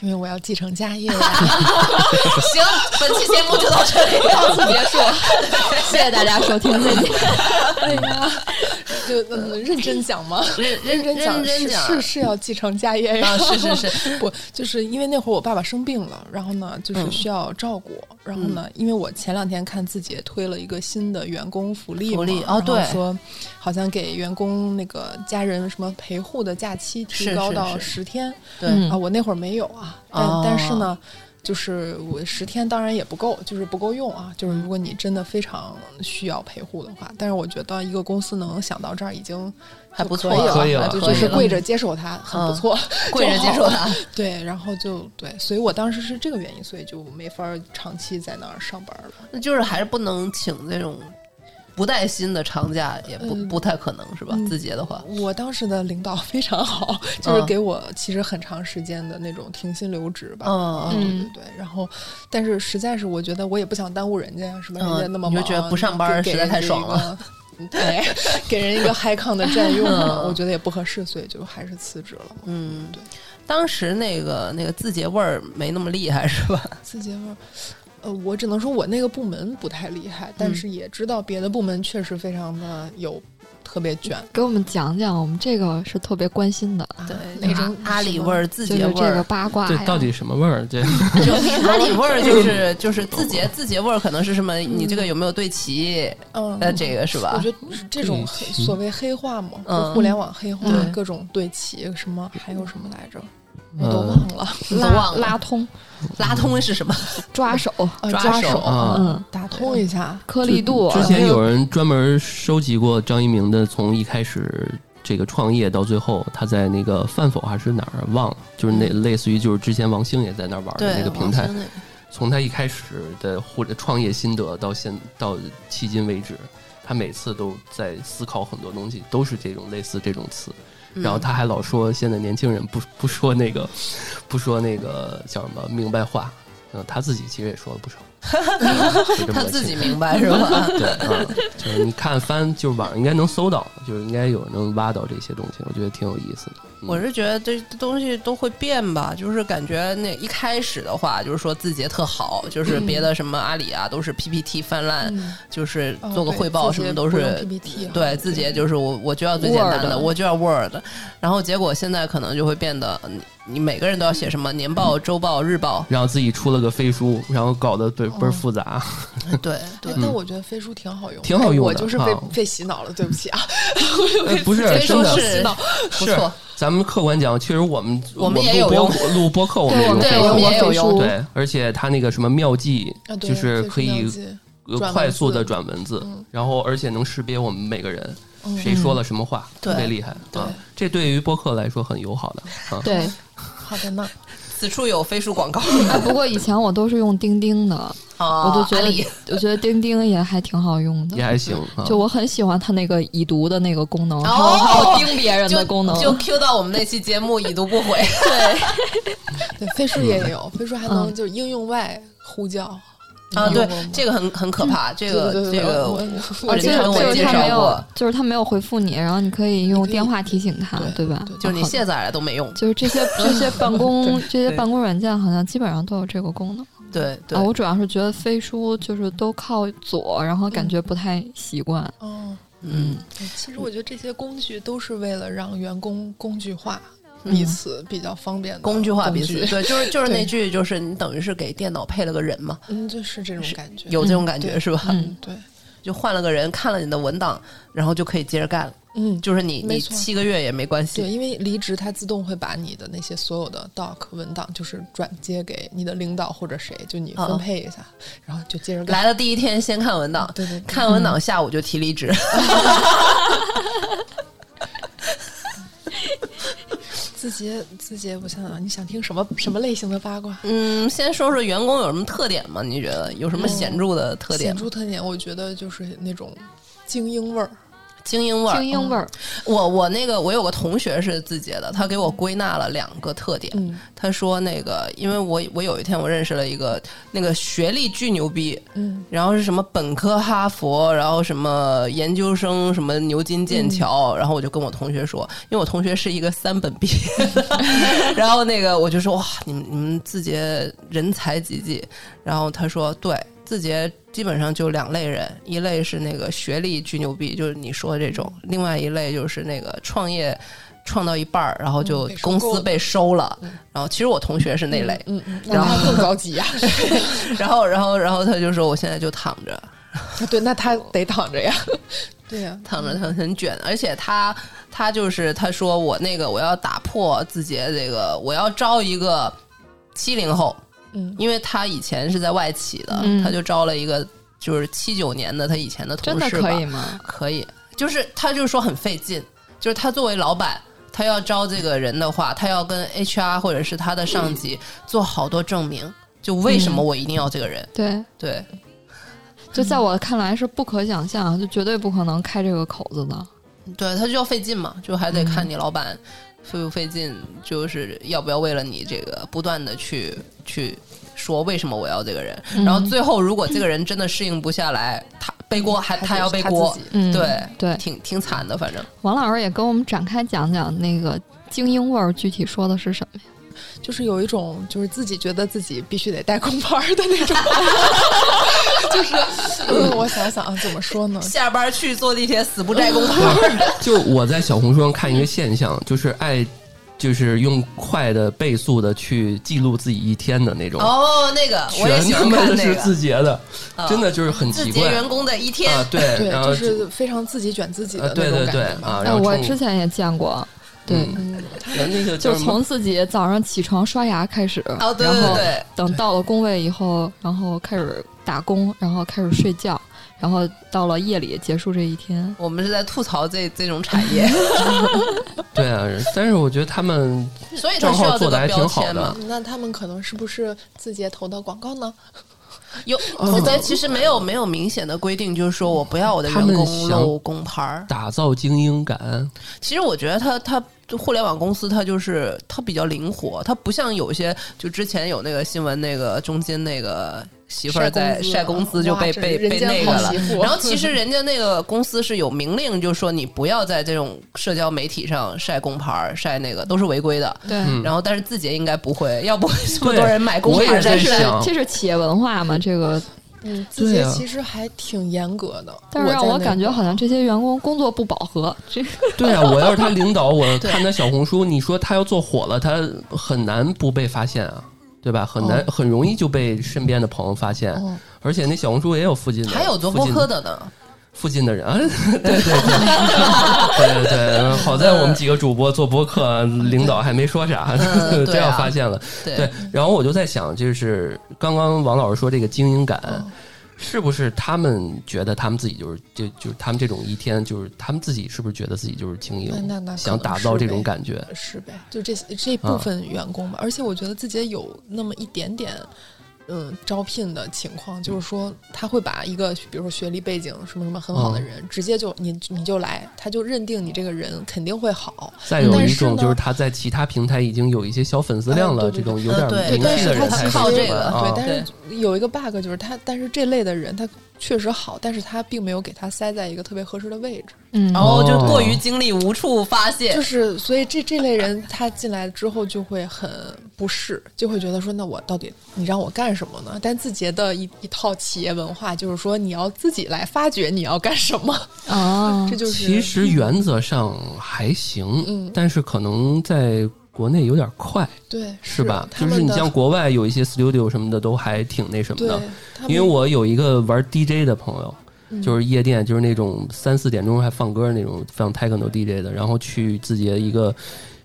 Speaker 5: 因为我要继承家业
Speaker 1: *laughs*
Speaker 5: 呀。
Speaker 1: 行，本期节目就到这 *laughs* 里，到此结束。
Speaker 4: 谢谢大家收听，再见。
Speaker 5: 哎呀，就、嗯、认真讲
Speaker 1: *laughs*
Speaker 5: 吗？
Speaker 1: 认
Speaker 5: 认真讲
Speaker 1: 认真
Speaker 5: 是
Speaker 1: 讲
Speaker 5: 是是要继承家业呀、
Speaker 1: 啊是是是，
Speaker 5: 不 *laughs* 就是因为那会儿我爸爸生病了，然后呢
Speaker 1: 嗯
Speaker 5: 就是需要照顾，然后呢，因为我前两天看自己也推了一个新的员工福利嘛，
Speaker 1: 福利
Speaker 5: 然后
Speaker 1: 哦对
Speaker 5: 说好像给员工那个家人什么陪护的假期
Speaker 1: 是
Speaker 5: 提
Speaker 1: 是
Speaker 5: 高到
Speaker 1: 是
Speaker 5: 十天，
Speaker 1: *laughs* 对，
Speaker 4: 嗯
Speaker 5: 啊，我那会儿没有啊，但、
Speaker 1: 哦
Speaker 5: 但是呢，就是我十天当然也不够，就是不够用啊。就是如果你真的非常需要陪护的话，但是我觉得一个公司能想到这儿已经
Speaker 1: 还不错
Speaker 5: 就可以了，
Speaker 2: 可以了
Speaker 5: 就
Speaker 2: 可以
Speaker 5: 是
Speaker 2: 了
Speaker 5: 跪着接受它，很不
Speaker 1: 嗯
Speaker 5: 错。 *laughs*
Speaker 1: 跪着接受它。
Speaker 5: 对，然后就对，所以我当时是这个原因，所以就没法儿长期在那儿上班了。
Speaker 1: 那 *laughs* 就是还是不能请这种不带薪的长假，也不、
Speaker 5: 嗯
Speaker 1: 不太可能是吧？
Speaker 5: 嗯
Speaker 1: 字节的话，
Speaker 5: 我当时的领导 *laughs* 非常好，就是
Speaker 1: 嗯
Speaker 5: 给我其实很长时间的那种停薪留职吧。
Speaker 1: 嗯
Speaker 5: 对
Speaker 4: 嗯
Speaker 5: 对对。然后，但是实在是我觉得我也不想耽误人家呀，什么人家
Speaker 1: 嗯
Speaker 5: 那么
Speaker 1: 你
Speaker 5: 忙，
Speaker 1: 就觉得不上班
Speaker 5: 给
Speaker 1: 实在太爽。
Speaker 5: 给人家一个对，给人一个 high 抗的占用嘛，
Speaker 1: 嗯
Speaker 5: 我觉得也不合适，所以就还是辞职了嘛。
Speaker 1: 嗯
Speaker 5: 对，
Speaker 1: 当时那个那个字节味儿没那么厉害是吧？
Speaker 5: 字节味儿，呃，我只能说我那个部门不太厉害，但
Speaker 1: 嗯
Speaker 5: 是也知道别的部门确实非常的有特别卷，
Speaker 4: *laughs* 给我们讲讲，我们这个是特别关心的，
Speaker 1: 对
Speaker 5: 那种
Speaker 1: 啊阿里
Speaker 5: 什么
Speaker 1: 味儿、字
Speaker 4: 就
Speaker 1: 节
Speaker 4: 是
Speaker 1: 味
Speaker 4: 这
Speaker 1: 儿
Speaker 4: 个，八
Speaker 1: 哎
Speaker 4: 卦
Speaker 2: 这
Speaker 4: 呀，
Speaker 2: 到底什么味儿？这
Speaker 4: *laughs*
Speaker 1: 阿里味儿就是就是字节字节味儿，可能是什么？你这个有没有对齐？
Speaker 5: 嗯，
Speaker 1: 呃，这个是
Speaker 5: 我
Speaker 1: 吧？
Speaker 5: 觉得这种黑
Speaker 2: 对
Speaker 5: 所谓黑化嘛，就
Speaker 1: 嗯嗯
Speaker 5: 互联网黑化，
Speaker 1: 对
Speaker 5: 各种对齐，什么还有什么来着，我都
Speaker 2: 呃
Speaker 5: 忘了。
Speaker 1: 都
Speaker 4: 拉
Speaker 1: 忘了
Speaker 4: 拉通、
Speaker 1: 拉通是什么？
Speaker 4: 抓 *laughs* 手，
Speaker 5: 呃
Speaker 1: 抓
Speaker 5: 抓
Speaker 1: 手
Speaker 5: 手，
Speaker 2: 啊
Speaker 5: 嗯
Speaker 4: 嗯，
Speaker 5: 打通一下。
Speaker 4: 哦颗粒度，啊
Speaker 2: 之前
Speaker 4: 还
Speaker 2: 有人专门收集过张一鸣的，从一开始这个创业到最后，他在那个饭否还是哪儿忘了，就是那类似于就是之前王兴也在那儿玩的那个平台，从他一开始的或者创业心得到现到迄今为止，他每次都在思考很多东西，都是这种类似这种词。然后他还老说现在年轻人不不说那个不说那个叫什么明白话，嗯，他自己其实也说了不少。就这么
Speaker 1: 他
Speaker 2: 个
Speaker 1: 自
Speaker 2: 情
Speaker 1: 己
Speaker 2: 况
Speaker 1: 明白是吧？
Speaker 2: 对，啊，就是你看翻，就是网上应该能搜到，就是应该有能挖到这些东西，我觉得挺有意思的。嗯
Speaker 1: 我是觉得这东西都会变吧，就是感觉那一开始的话，就是说字节特好，就是别的什么阿里啊都是 PPT 泛滥，
Speaker 5: 嗯
Speaker 1: 就是
Speaker 5: 哦
Speaker 1: 做个
Speaker 5: 对
Speaker 1: 汇报
Speaker 5: 字
Speaker 1: 什
Speaker 5: 节
Speaker 1: 么都
Speaker 5: 不用
Speaker 1: 是
Speaker 5: PPT 哈
Speaker 1: 对，字节就是我我就要最简单的，
Speaker 4: Word
Speaker 1: 我就要 Word，然后结果现在可能就会变得你你每个人都要写什么年报、周报、日报，
Speaker 2: 然后自己出了个飞书，然后搞得倍
Speaker 1: 哦
Speaker 2: 倍儿复杂，
Speaker 1: 对
Speaker 5: 哎
Speaker 1: 对。
Speaker 5: 但我觉得飞书挺好用的，
Speaker 2: 嗯挺好用的
Speaker 5: 哎我就是被
Speaker 2: 啊
Speaker 5: 被洗脑了，对不
Speaker 2: *laughs*
Speaker 5: 起啊，
Speaker 2: 呃不是
Speaker 5: *laughs*
Speaker 1: 所以
Speaker 2: 真
Speaker 1: 说
Speaker 2: 的
Speaker 1: 是
Speaker 2: *laughs*
Speaker 1: 不
Speaker 2: 是
Speaker 1: 错，
Speaker 2: 咱们客观讲，确实我们
Speaker 1: 我们
Speaker 2: 们
Speaker 1: 也有
Speaker 2: 录
Speaker 1: 用
Speaker 2: 播录播客，我们
Speaker 4: 对
Speaker 2: 也用
Speaker 4: 们
Speaker 2: 飞
Speaker 1: 对
Speaker 2: 书
Speaker 1: 我们也
Speaker 4: 有
Speaker 1: 有
Speaker 4: 用
Speaker 1: 用，
Speaker 2: 对，而且它那个什么妙计
Speaker 5: 啊，对
Speaker 2: 就是可以
Speaker 5: 飞书妙计
Speaker 2: 呃
Speaker 5: 转文
Speaker 2: 快速的
Speaker 5: 字
Speaker 2: 转文字
Speaker 5: 嗯，
Speaker 2: 然后而且能识别我们每个人
Speaker 5: 嗯
Speaker 2: 谁说了什么话，特
Speaker 1: 对
Speaker 2: 别厉害
Speaker 5: 对
Speaker 2: 啊！这对于播客来说很友好的啊。
Speaker 4: 对，
Speaker 5: 好的呢，
Speaker 1: 此处有飞书广告
Speaker 4: 哎，不过以前我都是用钉钉的，
Speaker 1: 啊，
Speaker 4: 我就觉
Speaker 1: 阿里
Speaker 4: 得， *laughs* 我觉得钉钉也还挺好用
Speaker 2: 也
Speaker 4: 的，
Speaker 2: 还行啊，
Speaker 4: 就我很喜欢它那个已读的那个功能，
Speaker 1: 哦
Speaker 4: 然后还有盯别人的功能，
Speaker 1: 就 Q 到我们那期节目已读不回，
Speaker 5: 对，飞书也有，飞书还能
Speaker 4: 嗯
Speaker 5: 就是应用外呼叫
Speaker 1: *laughs* 啊，对，这
Speaker 5: 个
Speaker 1: 个很很可怕，这
Speaker 5: 对
Speaker 1: 个
Speaker 5: 对对
Speaker 1: 这个
Speaker 5: 我
Speaker 1: 我
Speaker 5: 我
Speaker 4: 而且
Speaker 1: 人家跟我
Speaker 4: 就是
Speaker 1: 介
Speaker 4: 它
Speaker 1: 绍
Speaker 4: 没有
Speaker 1: 过，
Speaker 4: 就是它没有回复你，然后你可以用
Speaker 5: 可以
Speaker 4: 电话提醒它，
Speaker 5: 对
Speaker 4: 对吧？
Speaker 5: 对
Speaker 1: 就是你
Speaker 4: 好
Speaker 1: 卸载了都没用，
Speaker 4: 就是这
Speaker 1: *laughs*
Speaker 4: 些这些办公这些
Speaker 1: 对
Speaker 4: 办公软件好像基本上都有这个功能
Speaker 1: 对对
Speaker 4: 啊。，我主要是觉得飞书就是都靠左，然后感觉不太习惯。
Speaker 5: 哦，
Speaker 1: 嗯，
Speaker 5: 其实我觉得这些工具都是为了让员工工具化，
Speaker 1: 嗯
Speaker 5: 彼此比较方便的
Speaker 1: 工具化
Speaker 5: 工
Speaker 1: 彼此，
Speaker 5: 具
Speaker 1: 对，就是就是
Speaker 5: 对
Speaker 1: 那句，就是你等于是给电脑配了个人嘛，
Speaker 5: 嗯，就是这种感觉。
Speaker 1: 有这种感
Speaker 5: 嗯
Speaker 1: 觉
Speaker 5: 对
Speaker 1: 是吧？
Speaker 4: 嗯，
Speaker 5: 对，
Speaker 1: 就换了个人看了你的文档，然后就可以接着干了，
Speaker 5: 嗯，
Speaker 1: 就是你
Speaker 5: 没
Speaker 1: 你
Speaker 5: 错
Speaker 1: 七个月也没关
Speaker 5: 对，
Speaker 1: 系，
Speaker 5: 因为离职它自动会把你的那些所有的 doc 文档，就是转接给你的领导或者谁，就你分配一下，然后就接着干。
Speaker 1: *laughs* 来了第一天先看文档，
Speaker 5: 对对嗯对
Speaker 1: *laughs* 看文档下午就提离职。 *laughs*
Speaker 5: 字节，字节，我想想，你想听什么什么类型的八卦？
Speaker 1: 嗯，先说说员工有什么特点吗？你觉得有什么显著的特点
Speaker 5: 嗯显
Speaker 1: 吗？
Speaker 5: 著特点，我觉得就是那种精英味儿。
Speaker 1: 精英味儿嗯
Speaker 4: 精，英味儿，
Speaker 1: 我我那个我有个同学是字节的，他给我归纳了两个特点。
Speaker 5: 嗯
Speaker 1: 他说那个，因为我我有一天我认识了一个那个学历巨牛逼，
Speaker 5: 嗯，
Speaker 1: 然后是什么本科哈佛，然后什么研究生什么牛津剑桥，然后我就跟我同学说，因为我同学是一个三本毕业的，然后那个我就说哇，你们你们字节人才济济，然后他说对。字节基本上就两类人，一类是那个学历巨牛逼，就是你说的这种；另外一类就是那个创业创到一半儿，然后就
Speaker 5: 嗯被收
Speaker 1: 公
Speaker 5: 购
Speaker 1: 司
Speaker 5: 的
Speaker 1: 被收了。然后其实我同学是那类，
Speaker 5: 嗯嗯，那
Speaker 1: 然后
Speaker 5: 他更啊高级呀、
Speaker 1: 然后 *laughs* 然后然后他就说我现在就躺着，
Speaker 5: 对，那他得躺着呀。对啊呀、
Speaker 1: 躺着很很卷，而且他他就是他说我那个我要打破字节这个，我要招一个七零后，
Speaker 5: 嗯
Speaker 1: 因为他以前是在外企的，
Speaker 4: 嗯
Speaker 1: 他就招了一个就是七九年的他以前的同
Speaker 4: 真的
Speaker 1: 事吧，
Speaker 4: 可以吗？
Speaker 1: 可以，就是他就是说很费劲，就是他作为老板，他要招这个人的话，他要跟 HR 或者是他的上级做好多证明，就为什么
Speaker 4: 嗯
Speaker 1: 我一定要这个人？
Speaker 4: 对，
Speaker 1: 对，
Speaker 4: 就在我看来是不可想象，就绝对不可能开这个口子的。
Speaker 1: 对，他就要费劲嘛，就还得看你老板费不费劲，就是要不要为了你这个不断的去去说为什么我要这个人，
Speaker 4: 嗯
Speaker 1: 然后最后如果这个人真的适应不下来，他背锅还他要背锅
Speaker 5: 自，己
Speaker 4: 嗯，
Speaker 1: 对
Speaker 4: 对，
Speaker 1: 挺挺惨的，反正
Speaker 4: 王老师也跟我们展开讲讲那个精英味儿具体说的是什么呀？
Speaker 5: 就是有一种就是自己觉得自己必须得带工牌儿的那种，就是、嗯、我想想啊，怎么说呢？
Speaker 1: 下班去坐地铁死不摘工牌。 *laughs*
Speaker 2: *laughs* 就我在小红书上看一个现象，就是爱就是用快的倍速的去记录自己一天的那种，
Speaker 1: 哦，那个我也
Speaker 2: 全
Speaker 1: 喜
Speaker 2: 他
Speaker 1: 欢
Speaker 2: 妈
Speaker 1: 看
Speaker 2: 的
Speaker 1: 那
Speaker 2: 是
Speaker 1: 个，
Speaker 2: 字节的，
Speaker 1: 啊
Speaker 2: 真的就是很
Speaker 1: 字
Speaker 2: 奇
Speaker 1: 节
Speaker 2: 怪
Speaker 1: 员工的一天。
Speaker 2: 啊，对，
Speaker 5: 对，
Speaker 2: 然后
Speaker 5: 就是非常自己卷自己
Speaker 2: 呃
Speaker 5: 的那
Speaker 2: 对
Speaker 5: 种
Speaker 2: 对
Speaker 5: 感
Speaker 2: 对
Speaker 5: 觉嗯吧。
Speaker 2: 啊，
Speaker 4: 哎，
Speaker 2: 然后
Speaker 4: 我
Speaker 2: 冲
Speaker 4: 之前也见过，对，
Speaker 2: 嗯那个叫
Speaker 4: 就是
Speaker 2: 什么
Speaker 4: 从自己早上起床刷牙开始，
Speaker 1: 哦，对
Speaker 4: 然
Speaker 1: 对
Speaker 4: 后
Speaker 1: 对，
Speaker 4: 等到了工位以后，然后开始打工，然后开始睡觉，然后到了夜里结束这一天。
Speaker 1: 我们是在吐槽这这种产 *laughs* 业，
Speaker 2: 对啊，但是我觉得他们
Speaker 1: 所以他
Speaker 2: 账
Speaker 1: 需
Speaker 2: 号
Speaker 1: 要这
Speaker 2: 做的
Speaker 1: 个
Speaker 2: 还
Speaker 1: 标
Speaker 2: 挺好
Speaker 1: 签嘛
Speaker 2: 的。，
Speaker 5: 嗯那他们可能是不是字节投的广告呢？
Speaker 1: 有，
Speaker 2: 哦
Speaker 1: 我在其实没有没有明显的规定，就是说我不要我的
Speaker 2: 他
Speaker 1: 员
Speaker 2: 们
Speaker 1: 工
Speaker 2: 想
Speaker 1: 露工牌儿。
Speaker 2: 打造精英感，
Speaker 1: 其实我觉得他他互联网公司他就是他比较灵活，他不像有些就之前有那个新闻那个中间那个媳妇儿在晒
Speaker 5: 晒
Speaker 1: 工
Speaker 5: 工
Speaker 1: 资
Speaker 5: 资
Speaker 1: 就被
Speaker 5: 哇这
Speaker 1: 被
Speaker 5: 人
Speaker 1: 被
Speaker 5: 间
Speaker 1: 那个
Speaker 5: 好
Speaker 1: 了
Speaker 5: 媳，妇 *laughs*
Speaker 1: 然后其实人家那个公司是有明令，就说你不要在这种社交媒体上晒工牌儿、晒那个都是违规的。
Speaker 4: 对，
Speaker 2: 嗯
Speaker 1: 然后但是字节应该不会，要不 *laughs* 这么
Speaker 2: 对
Speaker 1: 多人买工
Speaker 2: 我
Speaker 1: 牌
Speaker 2: 也
Speaker 1: 儿在
Speaker 2: 在
Speaker 4: 这
Speaker 2: 想
Speaker 1: 晒。
Speaker 4: 是这是企业文化嘛？这个，
Speaker 5: 嗯，字节
Speaker 2: 对啊
Speaker 5: 其实还挺严格的，
Speaker 4: 但是让
Speaker 5: 在
Speaker 4: 我
Speaker 5: 那
Speaker 4: 感觉
Speaker 5: 个
Speaker 4: 好像这些员工工作不饱和，这
Speaker 1: *laughs*
Speaker 2: 对啊，我要是他领导，我看他小红书，你说他要做火了，他很难不被发现啊，对吧？很
Speaker 1: 哦
Speaker 2: 难，很容易就被身边的朋友发现，而且那小红书也有附近的，
Speaker 1: 还有做
Speaker 2: 附
Speaker 1: 播
Speaker 2: 近
Speaker 1: 客的呢，
Speaker 2: 附近的人
Speaker 5: *laughs*
Speaker 2: 啊，对对对对对对，好在我们几个主播做播客，
Speaker 5: 嗯
Speaker 2: 领导还没说啥， *laughs*
Speaker 1: 嗯对
Speaker 2: 这
Speaker 1: 啊
Speaker 2: 样发现了。
Speaker 1: 对
Speaker 2: 对，然后我就在想，就是刚刚王老师说这个精英感，
Speaker 5: 哦
Speaker 2: 是不是他们觉得他们自己就是就就是他们这种一天就是他们自己是不是觉得自己就是精
Speaker 5: 那那那可
Speaker 2: 英，
Speaker 5: 能
Speaker 2: 想打造
Speaker 5: 是
Speaker 2: 这种
Speaker 5: 呗
Speaker 2: 感觉？
Speaker 5: 是呗，就这这部分员工吧。而且我觉得字节有那么一点点，嗯，招聘的情况，就是说他会把一个比如说学历背景什么什么很好的人，直接就你你就来，他就认定你这个人肯定会好。
Speaker 2: 再有
Speaker 5: 但
Speaker 2: 一
Speaker 5: 是
Speaker 2: 种就是
Speaker 5: 呢
Speaker 2: 他在其他平台已经有一些小粉丝量了，
Speaker 5: 嗯
Speaker 2: 这
Speaker 5: 对对
Speaker 2: 种哎有
Speaker 1: 对
Speaker 2: 点
Speaker 1: 对
Speaker 2: 名
Speaker 5: 但
Speaker 2: 气
Speaker 5: 是
Speaker 2: 的
Speaker 5: 他
Speaker 2: 人才
Speaker 5: 其实
Speaker 1: 靠这
Speaker 2: 吧
Speaker 1: 个
Speaker 2: 啊
Speaker 5: 对，但是有一个 bug 就是他，但是这类的人他确实好，但是他并没有给他塞在一个特别合适的位置。
Speaker 4: 嗯，
Speaker 1: 然后就过
Speaker 2: 哦
Speaker 1: 于精力无处发泄
Speaker 5: 就。是，所以这这类人他进来之后就会很不适，就会觉得说，那我到底你让我干什么呢？但字节的一一套企业文化就是说，你要自己来发掘你要干什么，
Speaker 4: 啊
Speaker 5: 这，就是
Speaker 2: 嗯其实原则上还行，
Speaker 5: 嗯
Speaker 2: 但是可能在国内有点快，
Speaker 5: 对，
Speaker 2: 是吧？
Speaker 5: 他
Speaker 2: 就
Speaker 5: 们
Speaker 2: 是你
Speaker 5: 的
Speaker 2: 像国外有一些 studio 什么的，都还挺那什么
Speaker 5: 对
Speaker 2: 的。，
Speaker 5: 他们
Speaker 2: 因为我有一个玩 DJ 的朋友，
Speaker 5: 嗯
Speaker 2: 就是夜店，就是那种三四点钟还放歌那种放 techno DJ 的，然后去自己的一个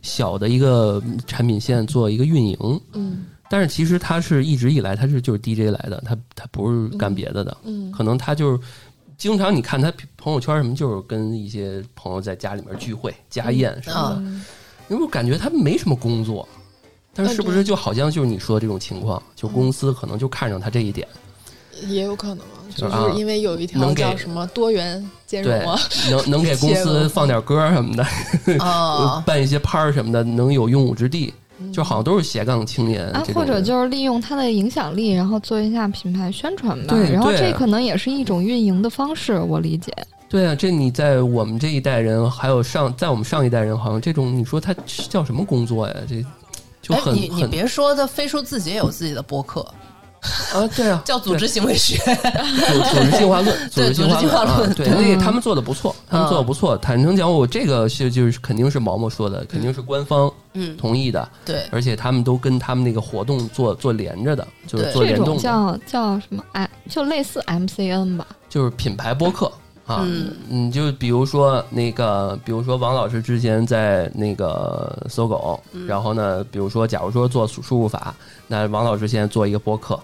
Speaker 2: 小的一个产品线做一个运营。
Speaker 5: 嗯
Speaker 2: 但是其实他是一直以来他是就是 DJ 来的，他他不是干别的的。
Speaker 5: 嗯
Speaker 2: 可能他就是经常你看他朋友圈什么，就是跟一些朋友在家里面聚会、家宴什么的，
Speaker 5: 嗯
Speaker 2: 因为我感觉他没什么工作，但是
Speaker 5: 嗯
Speaker 2: 是不是就好像就是你说的这种情况，就公司可能就看上他这一点，
Speaker 5: 也有可能，
Speaker 2: 就
Speaker 5: 就是
Speaker 2: 啊
Speaker 5: 是因为有一条
Speaker 2: 能给
Speaker 5: 叫什么多元兼
Speaker 2: 对
Speaker 5: 容啊，，
Speaker 1: *laughs*
Speaker 2: 能能给公
Speaker 5: 企业文
Speaker 2: 司
Speaker 5: 化
Speaker 2: 放点歌什么的，
Speaker 1: 哦
Speaker 2: *laughs* 办一些拍儿什么的，能有用武之地，
Speaker 1: 嗯
Speaker 2: 就好像都是斜杠青年
Speaker 4: 啊
Speaker 2: 这，种
Speaker 4: 或者
Speaker 2: 人
Speaker 4: 就是利用他的影响力，然后做一下品牌宣传吧。
Speaker 2: 对
Speaker 4: 然后
Speaker 2: 对
Speaker 4: 这可能也是一种运营的方式，我理解。
Speaker 2: 对啊，这你在我们这一代人，还有上在我们上一代人，好像这种你说他叫什么工作呀？这就
Speaker 1: 哎，
Speaker 2: 很
Speaker 1: 你你
Speaker 2: 很
Speaker 1: 别说，他飞叔自己也有自己的播客，
Speaker 2: 啊，对
Speaker 1: *laughs*
Speaker 2: 啊，
Speaker 1: 叫《组织行为学》。 *laughs*
Speaker 2: 组组织进化论，
Speaker 1: 对
Speaker 2: 织进
Speaker 1: 组
Speaker 2: 化
Speaker 1: 织进化论嗯
Speaker 2: 啊对，那个他们做的不错，他们做的不错。坦诚讲，我这个是就是肯定是毛毛说的，肯定是官方
Speaker 1: 嗯，
Speaker 2: 同意的，
Speaker 1: *laughs* 对，
Speaker 2: 而且他们都跟他们那个活动做做连着的，就是
Speaker 1: 对
Speaker 2: 做
Speaker 4: 这
Speaker 2: 联
Speaker 4: 种
Speaker 2: 动的，
Speaker 4: 叫叫什么？哎，就类似 MCN 吧。
Speaker 2: 就是品牌播客啊。
Speaker 1: 嗯
Speaker 2: 你就比如说那个，比如说王老师之前在那个搜狗，
Speaker 1: 嗯
Speaker 2: 然后呢，比如说假如说做输入法，那王老师现在做一个播客。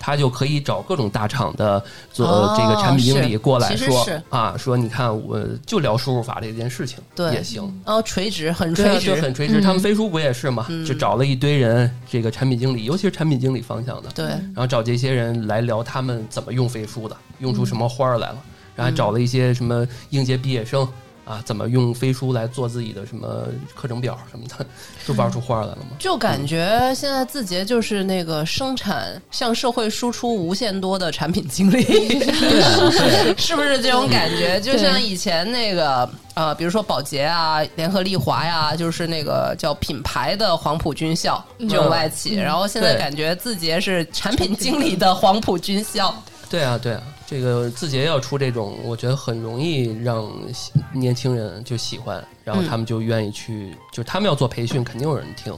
Speaker 2: 他就可以找各种大厂的做
Speaker 1: 哦
Speaker 2: 这个产品经理
Speaker 1: 是
Speaker 2: 过来
Speaker 1: 其实
Speaker 2: 说
Speaker 1: 是
Speaker 2: 啊，说你看我就聊输入法这件事情，
Speaker 1: 对
Speaker 2: 也行，
Speaker 1: 然后垂直很
Speaker 2: 对
Speaker 1: 垂
Speaker 2: 啊，就
Speaker 1: 直，嗯
Speaker 2: 很垂直。他们飞书不也是嘛？就找了一堆人，这个产品经理，尤其是产品经理方向的，
Speaker 1: 对，
Speaker 2: 然后找这些人来聊他们怎么用飞书的，用出什么花儿来了。然后还找了一些什么应届毕业生啊，怎么用飞书来做自己的什么课程表什么的，就玩出花儿来了嘛。
Speaker 1: 就感觉现在字节就是那个生产向社会输出无限多的产品经理，
Speaker 2: 啊
Speaker 1: *laughs* 是不是这种感
Speaker 2: 嗯
Speaker 1: 觉？就像以前那个呃，比如说宝洁啊、联合利华呀、就是那个叫品牌的黄埔军校这种外企，
Speaker 2: 嗯
Speaker 1: 然后现在
Speaker 2: 对
Speaker 1: 感觉字节是产品经理的黄埔军校，
Speaker 2: *laughs* 对啊，对啊，这个字节要出这种，我觉得很容易让喜年轻人就喜欢，然后他们就愿意去，就是他们要做培训，肯定有人听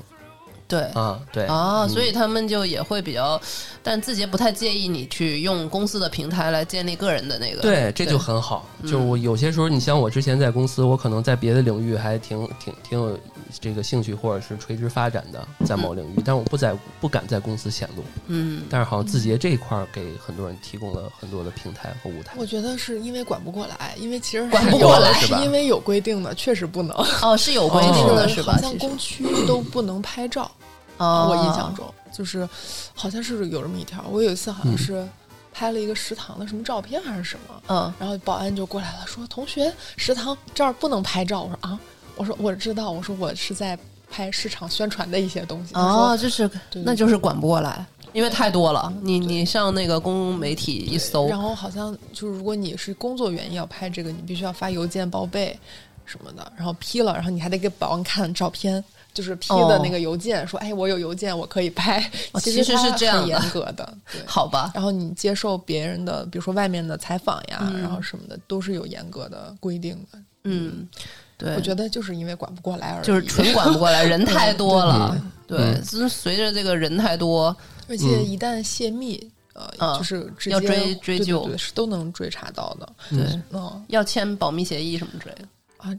Speaker 1: 对。
Speaker 2: 啊。对
Speaker 1: 啊，
Speaker 2: 嗯
Speaker 1: 所以他们就也会比较，但字节不太介意你去用公司的平台来建立个人的那个，
Speaker 2: 对，这就很好。
Speaker 5: 嗯
Speaker 2: 就是我有些时候，你像我之前在公司，我可能在别的领域还挺挺挺有这个兴趣，或者是垂直发展的，在某领域，
Speaker 5: 嗯
Speaker 2: 但我不在不敢在公司显露。
Speaker 1: 嗯，
Speaker 2: 但是好像字节这一块儿给很多人提供了很多的平台和舞台。
Speaker 5: 我觉得是因为管不过来，因为其实是
Speaker 1: 管不
Speaker 5: 有
Speaker 1: 过来
Speaker 2: 是
Speaker 5: 是
Speaker 2: 吧
Speaker 5: 因为有规定的，确实不能。
Speaker 1: 哦，是有规
Speaker 2: 哦
Speaker 1: 定的，
Speaker 2: 嗯
Speaker 1: 是
Speaker 5: 好
Speaker 1: 吧？
Speaker 5: 像
Speaker 1: 其实
Speaker 5: 工区都不能拍照，
Speaker 1: 哦，
Speaker 5: 我印象中就是好像是有这么一条。我有一次好像是拍了一个食堂的什么照片还是什么，
Speaker 1: 嗯，
Speaker 5: 然后保安就过来了，说同学，食堂这儿不能拍照。我说啊，我说我知道，我说我是在拍市场宣传的一些东西。他说嗯
Speaker 1: 哦，就是
Speaker 5: 对
Speaker 1: 那就是管不过来，因为太多了。你你上那个公共媒体一搜，
Speaker 5: 然后好像就是如果你是工作原因要拍这个，你必须要发邮件报备什么的，然后批了，然后你还得给保安看照片，就是批的那个邮件，说哎，我有邮件，我可以拍。
Speaker 1: 哦
Speaker 5: 其
Speaker 1: 其实
Speaker 5: 它
Speaker 1: 是这样的
Speaker 5: 很严格的，对。
Speaker 1: 好吧，
Speaker 5: 然后你接受别人的，比如说外面的采访呀，
Speaker 1: 嗯
Speaker 5: 然后什么的，都是有严格的规定的。
Speaker 1: 嗯，对，
Speaker 5: 我觉得就是因为管不过来而已，
Speaker 1: 就是纯管不过
Speaker 5: *laughs*
Speaker 1: 来，人太多了。对，
Speaker 2: 嗯
Speaker 1: 就是随着这个人太多，
Speaker 5: 而且一旦泄密，呃，
Speaker 1: 嗯
Speaker 5: 就是直接
Speaker 1: 要追追
Speaker 5: 对对
Speaker 1: 究
Speaker 5: 对是都能追查到的。
Speaker 1: 对，
Speaker 5: 嗯，
Speaker 1: 要签保密协议什么之类的。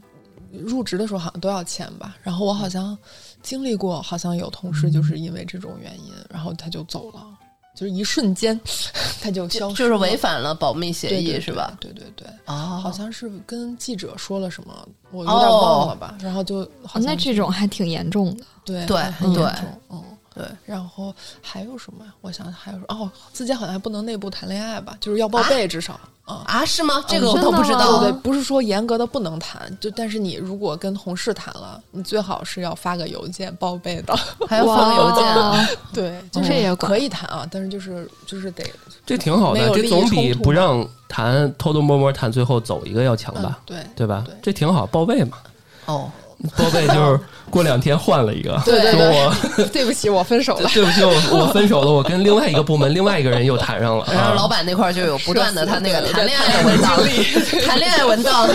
Speaker 5: 入职的时候好像都要签吧，然后我
Speaker 1: 嗯
Speaker 5: 好像经历过，好像有同事就是因为这种原因，然后他就走了，就是一瞬间 *laughs* 他就消失
Speaker 1: 就
Speaker 5: 了，
Speaker 1: 就是违反了保密协
Speaker 5: 对
Speaker 1: 议
Speaker 5: 对
Speaker 1: 是吧？？
Speaker 5: 对对对，
Speaker 1: 哦，
Speaker 5: 好像是跟记者说了什么，我有点
Speaker 1: 哦
Speaker 5: 忘了吧，然后就好像
Speaker 4: 那这种还挺严重的。
Speaker 5: 对
Speaker 1: 对
Speaker 5: 很
Speaker 1: 对
Speaker 5: 严重，嗯。
Speaker 1: 对，
Speaker 5: 然后还有什么呀？我想想还有什么？哦，自己好像还不能内部谈恋爱吧，就是要报备至少啊。
Speaker 1: 啊，是吗？这
Speaker 4: 哦
Speaker 1: 个我
Speaker 4: 真
Speaker 1: 都
Speaker 4: 的
Speaker 1: 不知
Speaker 4: 吗
Speaker 1: 道。
Speaker 5: 对对，不是说严格的不能谈，就但是你如果跟同事谈了，你最好是要发个邮件报备的。 *laughs*
Speaker 1: 还要发邮件啊，
Speaker 4: 哇
Speaker 5: 对，
Speaker 4: 这
Speaker 5: 就是
Speaker 4: 也管
Speaker 5: 可以谈啊，但是就是就是得，
Speaker 2: 这挺好
Speaker 5: 没
Speaker 2: 的，
Speaker 5: 有利
Speaker 2: 这
Speaker 5: 益
Speaker 2: 总比
Speaker 5: 冲突
Speaker 2: 不
Speaker 5: 嘛
Speaker 2: 让谈偷偷摸摸谈，最后走一个要强
Speaker 5: 嗯
Speaker 2: 吧，？
Speaker 5: 对 *laughs*
Speaker 2: 对吧
Speaker 5: 对？
Speaker 2: 这挺好，报备
Speaker 5: *laughs*
Speaker 2: 嘛，
Speaker 1: 哦，
Speaker 2: 报备就是过两天换了一个，
Speaker 5: 对对
Speaker 2: 说
Speaker 5: 对，
Speaker 2: 我 *laughs*
Speaker 5: 对不起，我分手了。
Speaker 2: 对不起，我我分手了，我跟另外一个部门另外一个人又谈上了。
Speaker 1: 然后
Speaker 2: 啊
Speaker 1: 老板那块儿就有不断的
Speaker 5: *laughs* 社死
Speaker 1: 他那个
Speaker 5: 对
Speaker 1: 谈恋爱的文档，
Speaker 5: *laughs*
Speaker 1: 谈恋爱文档，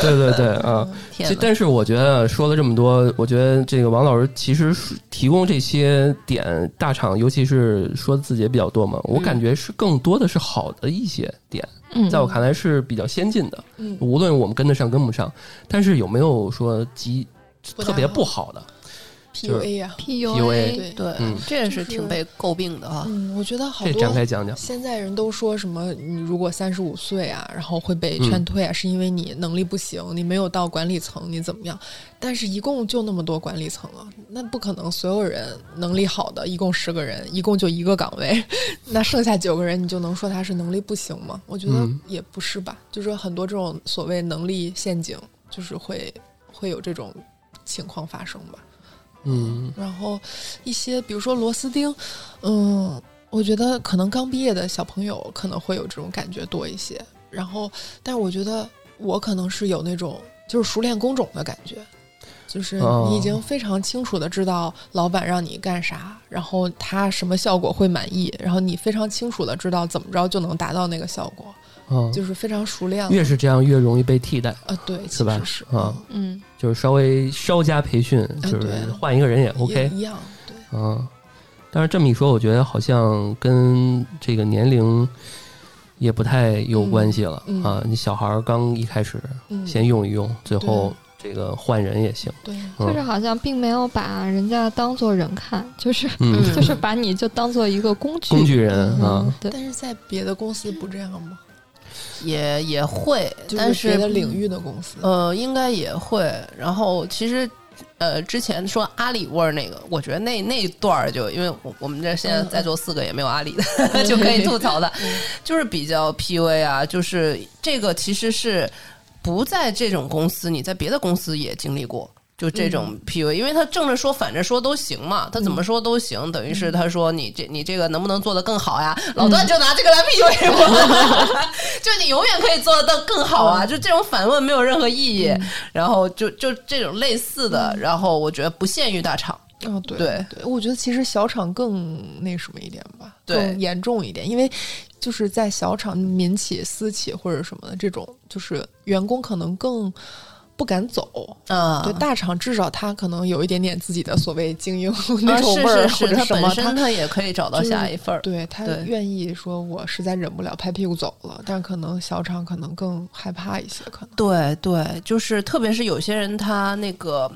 Speaker 2: 对对对啊！
Speaker 1: 天
Speaker 2: 这
Speaker 1: 哪
Speaker 2: 但是我觉得说了这么多，我觉得这个王老师其实是提供这些点，大厂尤其是说自己也比较多嘛，
Speaker 5: 嗯
Speaker 2: 我感觉是更多的是好的一些点，
Speaker 4: 嗯，
Speaker 2: 在我看来是比较先进的，
Speaker 5: 嗯，
Speaker 2: 无论我们跟得上跟不上，但是有没有说极
Speaker 5: 不
Speaker 2: 特
Speaker 5: 太
Speaker 2: 别
Speaker 5: 好
Speaker 2: 不好的？就是
Speaker 5: PUA 呀，
Speaker 2: PUA
Speaker 4: ，PUA，
Speaker 5: 对，
Speaker 1: 对
Speaker 2: 嗯，
Speaker 1: 这也是
Speaker 5: 就是
Speaker 1: 挺被诟病的啊。
Speaker 5: 嗯，我觉得好
Speaker 2: 这
Speaker 5: 多
Speaker 2: 展开讲讲。
Speaker 5: 现在人都说什么？你如果三十五岁啊，然后会被劝退啊，是因为你能力不行，你没有到管理层，你怎么样？但是一共就那么多管理层啊，那不可能所有人能力好的，一共十个人，一共就一个岗位， *laughs* 那剩下九个人，你就能说他是能力不行吗？我觉得
Speaker 2: 嗯
Speaker 5: 也不是吧，就是很多这种所谓能力陷阱，就是会会有这种情况发生吧。
Speaker 2: 嗯，
Speaker 5: 然后一些比如说螺丝钉，嗯，我觉得可能刚毕业的小朋友可能会有这种感觉多一些。然后，但是我觉得我可能是有那种就是熟练工种的感觉，就是
Speaker 2: 哦
Speaker 5: 你已经非常清楚的知道老板让你干啥，然后他什么效果会满意，然后你非常清楚的知道怎么着就能达到那个效果，
Speaker 2: 啊，
Speaker 5: 就是非常熟练了。
Speaker 2: 越是这样越容易被替代，
Speaker 5: 啊，对，
Speaker 2: 是
Speaker 5: 其
Speaker 2: 吧
Speaker 5: 实是
Speaker 2: 啊
Speaker 5: 嗯
Speaker 4: 嗯，
Speaker 2: 就是稍微稍加培训，就是
Speaker 5: 对
Speaker 2: 换一个人也
Speaker 5: 也
Speaker 2: OK。
Speaker 5: 一样，对，
Speaker 2: 嗯啊，但是这么一说，我觉得好像跟这个年龄也不太有关系了、
Speaker 5: 嗯嗯
Speaker 2: 啊。你小孩儿刚一开始
Speaker 5: 嗯，
Speaker 2: 先用一用，最后这个换人也行。
Speaker 5: 对，
Speaker 4: 就是好像并没有把人家当做人看，就是、
Speaker 2: 嗯，
Speaker 1: 嗯
Speaker 4: 就是把你就当做一个工
Speaker 2: *laughs*
Speaker 4: 具。
Speaker 2: 工具人啊
Speaker 4: 嗯，，对，
Speaker 5: 但是在别的公司不这样吗？
Speaker 1: 也也会，
Speaker 5: 就
Speaker 1: 但
Speaker 5: 别的
Speaker 1: 是
Speaker 5: 领域的公司，
Speaker 1: 呃，应该也会。然后其实。呃，之前说阿里味儿那个，我觉得那那一段儿就，因为我我们这
Speaker 5: 嗯
Speaker 1: 现在在座四个也没有阿里的， *laughs* 就可以吐槽的，就是比较 PUA 啊，就是这个其实是不在这种公司，你在别的公司也经历过。就这
Speaker 5: 嗯
Speaker 1: 种 PUA，、因为他正着说反着说都行嘛，他怎么说都行，等于
Speaker 5: 嗯
Speaker 1: 是他说你这你这个能不能做得更好呀？老段就拿这个来 PUA 我， *laughs* 就你永远可以做得更好
Speaker 5: 嗯
Speaker 1: 啊！就这种反问没有任何意义，然后就就这种类似的，然后我觉得不限于大厂，
Speaker 5: 嗯，对
Speaker 1: 对
Speaker 5: 我觉得其实小厂更那什么一点吧，
Speaker 1: 对
Speaker 5: 更严重一点，因为就是在小厂、民企、私企或者什么的这种，就是员工可能更不敢走。
Speaker 1: 啊，
Speaker 5: 对大厂，至少他可能有一点点自己的所谓精英 *laughs* 那
Speaker 1: 啊
Speaker 5: 种味儿，
Speaker 1: 是是
Speaker 5: 或
Speaker 1: 是，
Speaker 5: 者
Speaker 1: 他
Speaker 5: 什么，
Speaker 1: 本身他也可以找到
Speaker 5: 就是
Speaker 1: 下一份儿，
Speaker 5: 对他
Speaker 1: 对
Speaker 5: 愿意说，我实在忍不了，拍屁股走了。但可能小厂可能更害怕一些，可能
Speaker 1: 对对，就是特别是有些人他那个，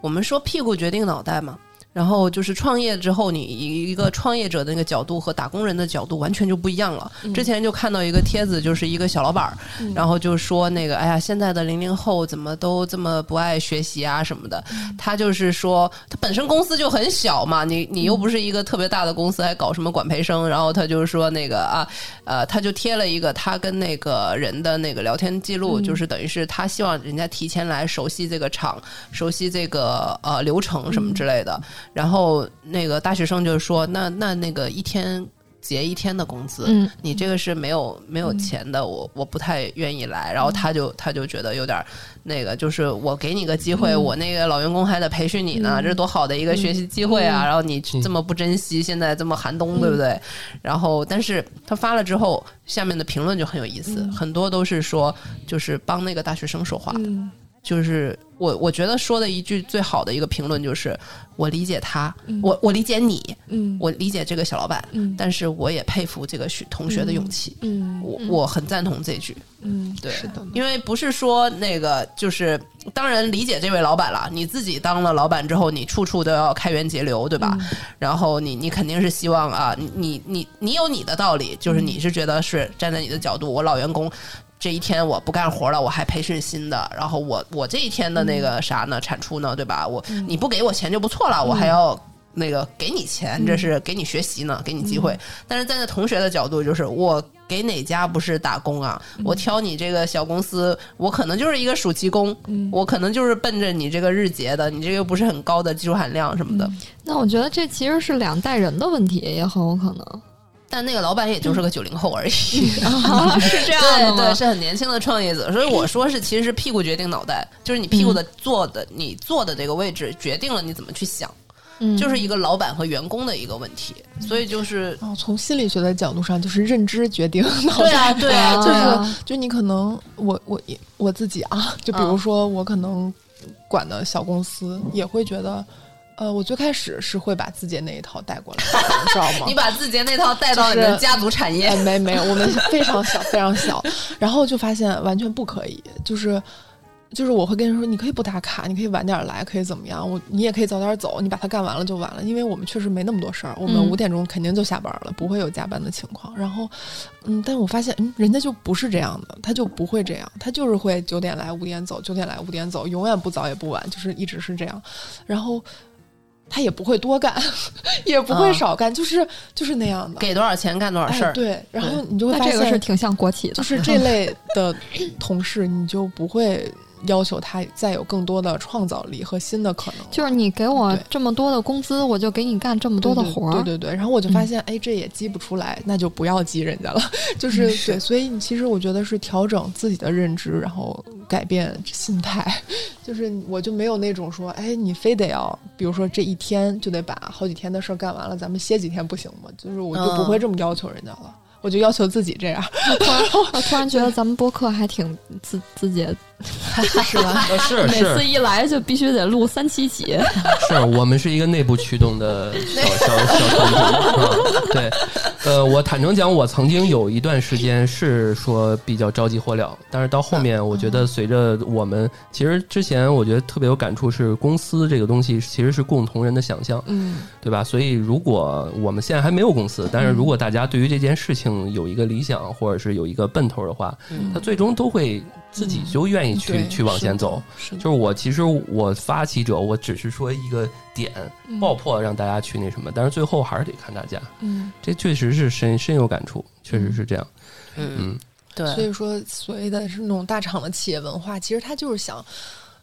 Speaker 1: 我们说屁股决定脑袋嘛。然后就是创业之后，你以一个创业者的那个角度和打工人的角度完全就不一样了。之前就看到一个帖子，就是一个小老板儿，然后就说那个，哎呀，现在的零零后怎么都这么不爱学习啊什么的。他就是说，他本身公司就很小嘛，你你又不是一个特别大的公司，还搞什么管培生？然后他就说那个啊，呃，他就贴了一个他跟那个人的那个聊天记录，就是等于是他希望人家提前来熟悉这个厂，熟悉这个呃流程什么之类的。然后那个大学生就说，那那那个一天结一天的工资，
Speaker 4: 嗯，
Speaker 1: 你这个是没有没有钱的，我我不太愿意来。然后他就他就觉得有点儿那个，就是我给你个机会，我那个老员工还得培训你呢，这多好的一个学习机会啊！然后你这么不珍惜，现在这么寒冬，对不对？然后，但是他发了之后，下面的评论就很有意思，很多都是说就是帮那个大学生说话的，
Speaker 5: 嗯
Speaker 1: 就是我我觉得说的一句最好的一个评论就是我理解他，我我理解你，
Speaker 5: 嗯
Speaker 1: 我理解这个小老板，
Speaker 5: 嗯
Speaker 1: 但是我也佩服这个学同学的勇气。
Speaker 5: 嗯
Speaker 1: 我我很赞同这句，
Speaker 5: 嗯，
Speaker 1: 对
Speaker 5: 是的，
Speaker 1: 因为不是说那个，就是当然理解这位老板了。你自己当了老板之后，你处处都要开源节流，对吧？
Speaker 5: 嗯
Speaker 1: 然后你你肯定是希望啊，你你你你有你的道理，就是
Speaker 5: 嗯
Speaker 1: 你是觉得是站在你的角度，我老员工。这一天我不干活了，我还培训新的，然后我我这一天的那
Speaker 5: 嗯
Speaker 1: 个啥呢，产出呢，对吧？我你不给我钱就不错了，我
Speaker 5: 嗯
Speaker 1: 还要那个给你钱，这是给你学习呢，给你
Speaker 5: 嗯
Speaker 1: 机会。但是站在同学的角度，就是我给哪家不是打工啊？
Speaker 4: 嗯
Speaker 1: 我挑你这个小公司，我可能就是一个暑期工，
Speaker 5: 嗯
Speaker 1: 我可能就是奔着你这个日结的，你这个又不是很高的技术含量什么的。
Speaker 4: 那我觉得这其实是两代人的问题，也很有可能。
Speaker 1: 但那个老板也就是个九零后而
Speaker 4: *laughs*
Speaker 1: 已，
Speaker 4: 嗯是这样的
Speaker 1: 对
Speaker 4: 吗
Speaker 1: 对，是很年轻的创业者。所以我
Speaker 4: *laughs*
Speaker 1: 说是，其实是屁股决定脑袋，就是你屁股的坐的，你坐的这个位置决定了你怎么去想，
Speaker 4: 嗯，
Speaker 1: 就是一个老板和员工的一个问题。所以就是
Speaker 5: 哦，从心理学的角度上，就是认知决 *laughs* 定脑
Speaker 1: 对
Speaker 5: 袋。
Speaker 1: 啊，对啊，嗯
Speaker 5: 就是、
Speaker 4: 啊
Speaker 5: 就你可能我我我自己啊，就比如说我可能管的小公司也会觉得，呃，我最开始是会把自己那一套带过来的，你知道
Speaker 1: *laughs*
Speaker 5: 吗？
Speaker 1: 你把自己的那套带到你
Speaker 5: 就
Speaker 1: 的
Speaker 5: 是
Speaker 1: 家族产业
Speaker 4: 呃
Speaker 5: 哎，没没有，我们非常小，非常小。然后就发现完全不可以，就是就是我会跟人说，你可以不打卡，你可以晚点来，可以怎么样？我你也可以早点走，你把它干完了就完了。因为我们确实没那么多事儿，我们
Speaker 4: 嗯
Speaker 5: 五点钟肯定就下班了，不会有加班的情况。然后，嗯，但我发现，嗯，人家就不是这样的，他就不会这样，他就是会九点来五点走，九点来五点走，永远不早也不晚，就是一直是这样。然后。他也不会多干， *laughs* 也不会
Speaker 1: 啊
Speaker 5: 少干，就是就是那样的。
Speaker 1: 给多少钱干多少事儿、
Speaker 5: 哎。对，然后你就会
Speaker 4: 那
Speaker 5: 发
Speaker 4: 这个是
Speaker 5: 现，
Speaker 4: 挺像国企的，
Speaker 5: 就是
Speaker 4: *laughs*
Speaker 5: 这类的同事，你就不会要求他再有更多的创造力和新的可能了。
Speaker 4: 就是你给我
Speaker 5: 对
Speaker 4: 这么多的工资，我就给你干这么多的
Speaker 5: 对对
Speaker 4: 活儿。嗯
Speaker 5: 对对对。然后我就发现，哎，这也激不出来，那就不要激人家了。 *laughs*
Speaker 4: 嗯
Speaker 5: 就是对，所以你其实我觉得是调整自己的认知，然后改变心态。 *laughs* 就是我就没有那种说，哎，你非得要，比如说这一天就得把好几天的事儿干完了，咱们歇几天不行吗？就是我就不
Speaker 1: 嗯
Speaker 5: 会这么要求人家
Speaker 4: *laughs*
Speaker 5: 了，我就要求自己这样。
Speaker 4: 我突然觉得咱们播客还挺自自己
Speaker 5: 是吧？
Speaker 2: 啊是
Speaker 4: 每次
Speaker 2: 是
Speaker 4: 一来就必须得录三期节，
Speaker 2: 是，啊我们是一个内部驱动的小小小团体，是吧？对，呃，我坦诚讲，我曾经有一段时间是说比较着急火燎，但是到后面，我觉
Speaker 5: 嗯
Speaker 2: 得随着我们，其实之前我觉得特别有感触是，公司这个东西其实是共同人的想象，
Speaker 5: 嗯，
Speaker 2: 对吧？所以如果我们现在还没有公司，但是如
Speaker 5: 嗯
Speaker 2: 果大家对于这件事情有一个理想，或者是有一个奔头的话，他最终都会自己就愿意去、
Speaker 5: 嗯对
Speaker 2: 去往前走。
Speaker 5: 是的
Speaker 2: 就是我其实我发起者，我只是说一个点
Speaker 4: 嗯
Speaker 2: 爆破让大家去那什么，但是最后还是得看大家。
Speaker 4: 嗯，
Speaker 2: 这确实是深深有感触，确实是这样。
Speaker 1: 嗯，
Speaker 2: 嗯，
Speaker 5: 所
Speaker 1: 对，
Speaker 5: 以说，所谓的是那种大厂的企业文化，其实它就是想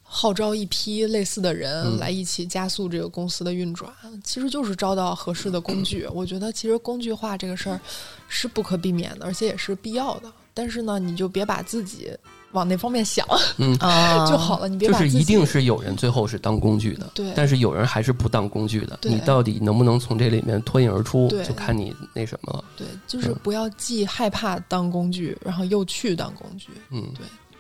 Speaker 5: 号召一批类似的人
Speaker 2: 嗯
Speaker 5: 来一起加速这个公司的运转，其实就是招到合适的工具。
Speaker 2: 嗯
Speaker 5: 我觉得，其实工具化这个事儿是不可避免的，而且也是必要的。但是呢，你就别把自己往那方面想
Speaker 1: 啊
Speaker 5: *laughs* 就好了，你别
Speaker 2: 就
Speaker 5: 把
Speaker 2: 是
Speaker 5: 自己
Speaker 2: 一定是有人最后是当工具的，
Speaker 5: 对
Speaker 2: 但是有人还是不当工具的。
Speaker 5: 对
Speaker 2: 你到底能不能从这里面脱颖而出，
Speaker 5: 对
Speaker 2: 就看你那什么了。
Speaker 5: 对，就是
Speaker 2: 嗯
Speaker 5: 不要既害怕当工具，然后又去当工具。
Speaker 2: 嗯，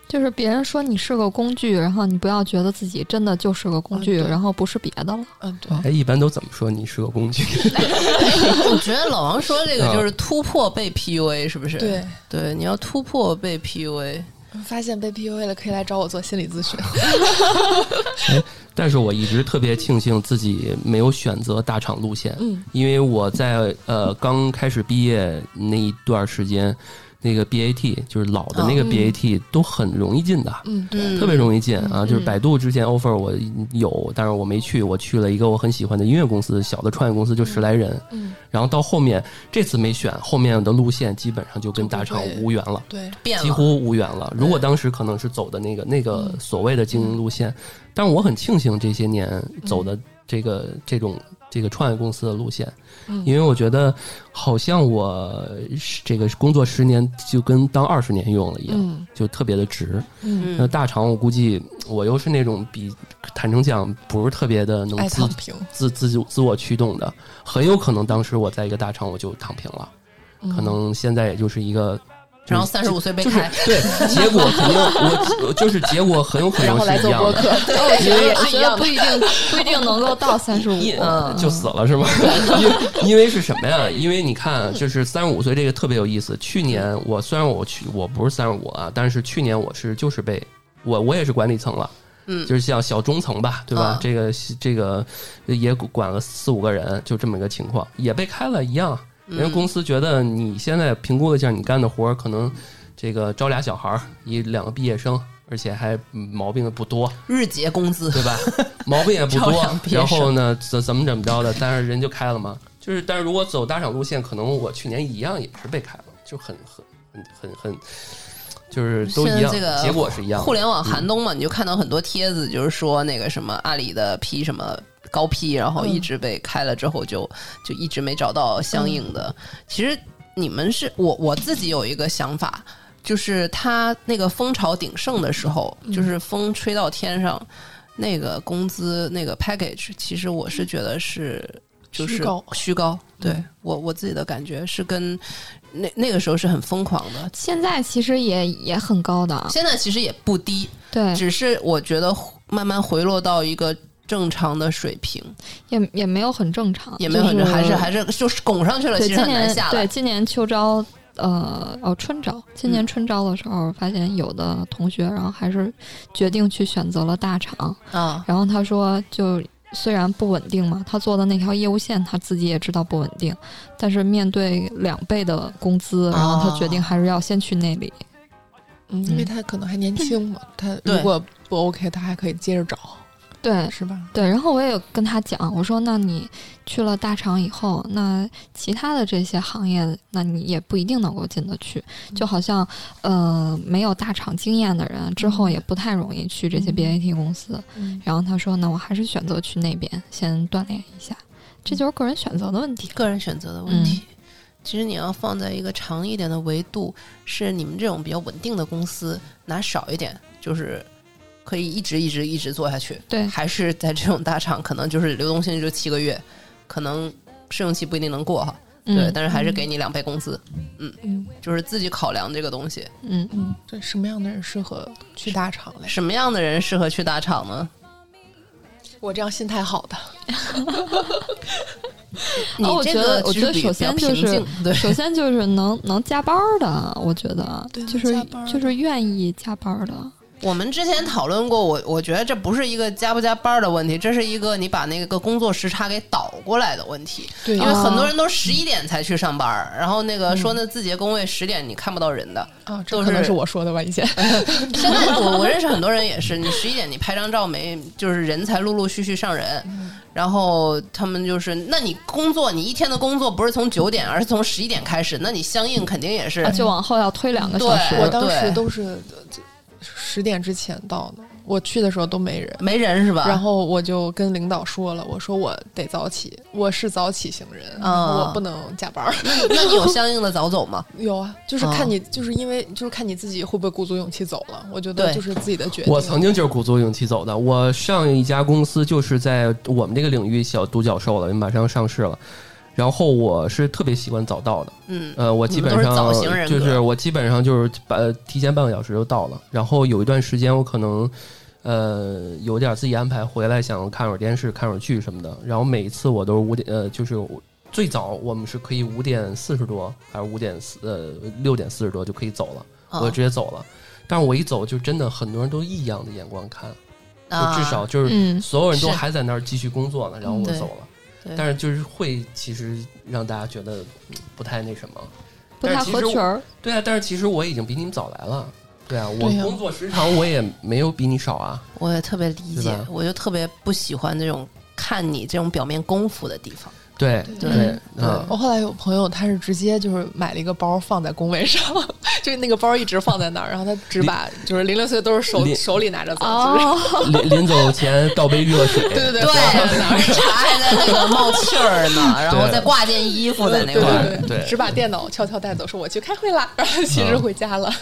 Speaker 4: 就是别人说你是个工具，然后你不要觉得自己真的就是个工具，
Speaker 5: 啊对
Speaker 4: 然后不是别的了。
Speaker 5: 嗯，对。
Speaker 2: 哎，一般都怎么说？你是个工具。
Speaker 1: *laughs* 我觉得老王说这个
Speaker 2: 嗯
Speaker 1: 就是突破被 PUA，是不是？
Speaker 5: 对，
Speaker 1: 对，你要突破被 PUA，
Speaker 5: 嗯发现被 PUA 了，可以来找我做心理
Speaker 1: *laughs*
Speaker 5: 咨询。
Speaker 2: 但是我一直特别庆幸自己没有选择大厂路线，
Speaker 5: 嗯，
Speaker 2: 因为我在呃刚开始毕业那一段时间，那个 BAT 就是老的那个
Speaker 5: 哦嗯
Speaker 2: BAT、都很容易进的，
Speaker 5: 嗯，对，
Speaker 1: 嗯，
Speaker 2: 特别容易进啊！
Speaker 4: 嗯
Speaker 2: 就是百度之前 offer 我有，但是我没去，我去了一个我很喜欢的音乐公司，小的创业公司就十来人，
Speaker 5: 嗯，
Speaker 2: 然后到后面这次没选，后面的路线基本上就跟大厂
Speaker 5: 就不会
Speaker 2: 无缘了。
Speaker 5: 对，
Speaker 1: 变了，
Speaker 2: 几乎无缘了。如果当时可能是走的那个那个所谓的经营路线，但是我很庆幸这些年走的这个、这种这个创业公司的路线，
Speaker 5: 嗯
Speaker 2: 因为我觉得好像我是这个工作十年就跟当二十年用了一样，
Speaker 5: 嗯
Speaker 2: 就特别的值。
Speaker 5: 嗯，
Speaker 2: 那
Speaker 1: 嗯，
Speaker 2: 大厂我估计我又是那种比坦诚讲不是特别的能
Speaker 5: 爱
Speaker 2: 自
Speaker 5: 躺平，
Speaker 2: 自自自我驱动的，很有可能当时我在一个大厂我就躺平了，
Speaker 5: 嗯
Speaker 2: 可能现在也就是一个。
Speaker 1: 然后三十五岁被
Speaker 2: 就是
Speaker 1: 开，
Speaker 2: 对结果肯定我我就是结果很有可
Speaker 5: 然
Speaker 2: 能
Speaker 5: 后来
Speaker 2: 是一
Speaker 5: 做
Speaker 2: 样
Speaker 5: 播
Speaker 2: 的，
Speaker 5: 客，
Speaker 1: *laughs*
Speaker 4: 我觉得我
Speaker 5: 哦
Speaker 4: 觉
Speaker 5: 是一
Speaker 4: 得
Speaker 5: 样
Speaker 4: 不
Speaker 5: 的
Speaker 4: 一定不一定能够到三十五。
Speaker 1: 嗯，
Speaker 2: 就死了是吗？ *laughs* 因为因为是什么呀？因为你看，就是三十五岁这个特别有意思。去年我虽然我去我不是三十五啊，但是去年我是就是被我我也是管理层了。
Speaker 1: 嗯
Speaker 2: 就是像小中层吧，对吧？
Speaker 1: 啊
Speaker 2: 这个这个也管了四五个人，就这么一个情况，也被开了一样。
Speaker 1: 嗯
Speaker 2: 人家公司觉得你现在评估了一下你干的活儿，可能这个招俩小孩儿，一两个毕业生，而且还嗯毛病不多，
Speaker 1: 日结工资，
Speaker 2: 对吧？毛病也不
Speaker 1: 照
Speaker 2: 多
Speaker 1: 样，憋
Speaker 2: 然后呢，怎怎么怎么着的，但是人就开了嘛。就是，但是如果走大厂路线，可能我去年一样也是被开了，就很很很很很，就是都一
Speaker 1: 现
Speaker 2: 样，
Speaker 1: 在这个
Speaker 2: 结果是一样的。
Speaker 1: 互联网寒冬嘛，你就看到很多帖子，就是说那个什么阿里的 P 什么。高 P，然后一直被开了之后就，就一直没找到相应的。其实你们是我我自己有一个想法，就是他那个风潮鼎盛的时候，就是风吹到天上，那个工资那个 package，其实我是觉得是就是
Speaker 5: 虚高
Speaker 1: 虚高。对、我我自己的感觉是跟那那个时候是很疯狂的，
Speaker 4: 现在其实也也很高的，啊
Speaker 1: 现在其实也不低，
Speaker 4: 对，
Speaker 1: 只是我觉得慢慢回落到一个正常的水平，
Speaker 4: 也也没有很正常，
Speaker 1: 也没有很
Speaker 4: 就
Speaker 1: 还是还是就是拱上去了，
Speaker 4: 对，
Speaker 1: 其实
Speaker 4: 今
Speaker 1: 很难
Speaker 4: 年
Speaker 1: 下
Speaker 4: 对
Speaker 1: 来。
Speaker 4: 今年秋招，呃，哦春招，今年
Speaker 1: 嗯
Speaker 4: 春招的时候，发现有的同学，然后还是决定去选择了大厂，
Speaker 1: 啊，
Speaker 4: 然后他说就。虽然不稳定嘛，他做的那条业务线他自己也知道不稳定，但是面对两倍的工资，然后他决
Speaker 1: 哦
Speaker 4: 定还是要先去那里。
Speaker 5: 嗯，因为他可能还年轻嘛，他
Speaker 1: 对
Speaker 5: 如果不 OK，他还可以接着找，
Speaker 4: 对
Speaker 5: 是吧？
Speaker 4: 对，然后我也有跟他讲，我说那你去了大厂以后，那其他的这些行业，那你也不一定能够进得去。就好像呃，没有大厂经验的人，之后也不太容易去这些
Speaker 5: 嗯
Speaker 4: BAT 公司。
Speaker 5: 嗯，
Speaker 4: 然后他说，那我还是选择去那边先锻炼一下，这就是个人选择的问题。
Speaker 1: 个人选择的问
Speaker 4: 嗯
Speaker 1: 题。其实你要放在一个长一点的维度，是你们这种比较稳定的公司拿少一点，就是可以一直一直一直做下去。
Speaker 4: 对
Speaker 1: 还是在这种大厂，可能就是流动性就七个月，可能试用期不一定能过哈。对，
Speaker 4: 嗯
Speaker 1: 但是还是给你两倍工资，
Speaker 4: 嗯
Speaker 1: 就是自己考量这个东西。
Speaker 4: 嗯嗯，
Speaker 5: 对什么样的人适合去大厂嘞？
Speaker 1: 什么样的人适合去大厂呢？
Speaker 5: 我这样心态好的，
Speaker 1: 你
Speaker 4: 哦我
Speaker 1: 这
Speaker 4: 觉得
Speaker 1: 个
Speaker 4: 我
Speaker 1: 其实
Speaker 4: 觉得
Speaker 1: 比
Speaker 4: 首
Speaker 1: 比较
Speaker 4: 先就
Speaker 1: 平
Speaker 4: 是
Speaker 1: 静对，
Speaker 4: 首先就是能能加班儿的，我觉得
Speaker 5: 对
Speaker 4: 就是
Speaker 5: 能加班儿的
Speaker 4: 就是愿意加班儿的，
Speaker 1: 我们之前讨论过，我我觉得这不是一个加不加班儿的问题，这是一个你把那个工作时差给倒过来的问题。
Speaker 5: 对
Speaker 1: 因为
Speaker 5: 啊
Speaker 1: 很多人都十一点才去上班儿，然后那个说那字节工位十点你看不到人 *laughs* 的。
Speaker 5: 啊，
Speaker 1: 都
Speaker 5: 这可能
Speaker 1: 是
Speaker 5: 是我说的吧，以前
Speaker 1: 现在我我认识很多人也是，你十一点你拍张照没，就是人才陆陆续续上人，然后他们就是，那你工作你一天的工作不是从九点，而是从十一点开始，那你相应肯定也是
Speaker 4: 啊就往后要推两个小时。
Speaker 1: 对
Speaker 5: 我当时
Speaker 1: 对
Speaker 5: 都是十点之前到的，我去的时候都没人。
Speaker 1: 没人是吧？
Speaker 5: 然后我就跟领导说了，我说我得早起，我是早起型人，
Speaker 1: 啊
Speaker 5: 我不能加班儿。
Speaker 1: 那你有相应的早走吗？
Speaker 5: 有啊，就是
Speaker 1: 啊
Speaker 5: 看你，就是因为就是看你自己会不会鼓足勇气走了。我觉得
Speaker 1: 对
Speaker 5: 就是自己的决定。
Speaker 2: 我曾经就是鼓足勇气走的。我上一家公司就是在我们这个领域小独角兽了，马上上市了。然后我是特别喜欢早到的，
Speaker 1: 嗯，
Speaker 2: 呃，我基本
Speaker 1: 你们都
Speaker 2: 上
Speaker 1: 是早型人格
Speaker 2: 就是我基本上就是呃提前半个小时就到了。然后有一段时间我可能呃有点自己安排回来，想看会儿电视、看会儿剧什么的。然后每一次我都是五点呃，就是我最早我们是可以五点四十多还是五点四呃六点四十多就可以走了。我
Speaker 1: 啊
Speaker 2: 就直接走了。但是我一走，就真的很多人都异样的眼光看，
Speaker 1: 啊
Speaker 2: 就至少就是
Speaker 4: 嗯，
Speaker 2: 所有人都
Speaker 1: 是
Speaker 2: 还在那儿继续工作呢，然后
Speaker 1: 嗯
Speaker 2: 我
Speaker 1: 对
Speaker 2: 走了。
Speaker 1: 对
Speaker 2: 但是就是会，其实让大家觉得嗯不太那什么。
Speaker 4: 不太
Speaker 2: 但是其
Speaker 4: 合
Speaker 2: 实
Speaker 4: 群儿。
Speaker 2: 对啊，但是其实我已经比你们早来了。对啊，我
Speaker 5: 对呀
Speaker 2: 工作时长我也没有比你少啊。
Speaker 1: 我也特别理
Speaker 2: 是
Speaker 1: 解
Speaker 2: 吧，
Speaker 1: 我就特别不喜欢这种看你这种表面功夫的地方。
Speaker 2: 对
Speaker 5: 对
Speaker 2: 嗯，
Speaker 5: 我后来有朋友，他是直接就是买了一个包放在工位上， *laughs* 就是那个包一直放在那儿，然后他只把就是零零碎都是手
Speaker 2: 你
Speaker 5: 手里拿着走，就是
Speaker 4: *laughs* 哦，
Speaker 2: 临临走前倒杯热水。
Speaker 5: 对对
Speaker 1: 对，茶 *laughs* 还在那个冒气儿呢，然后
Speaker 2: 对
Speaker 1: 再挂件衣服
Speaker 5: *laughs*
Speaker 1: 在那
Speaker 5: 对
Speaker 1: 块儿。
Speaker 5: 对
Speaker 2: 对嗯
Speaker 5: 只把电脑悄悄带走，说我去开会啦，然后其实回家了。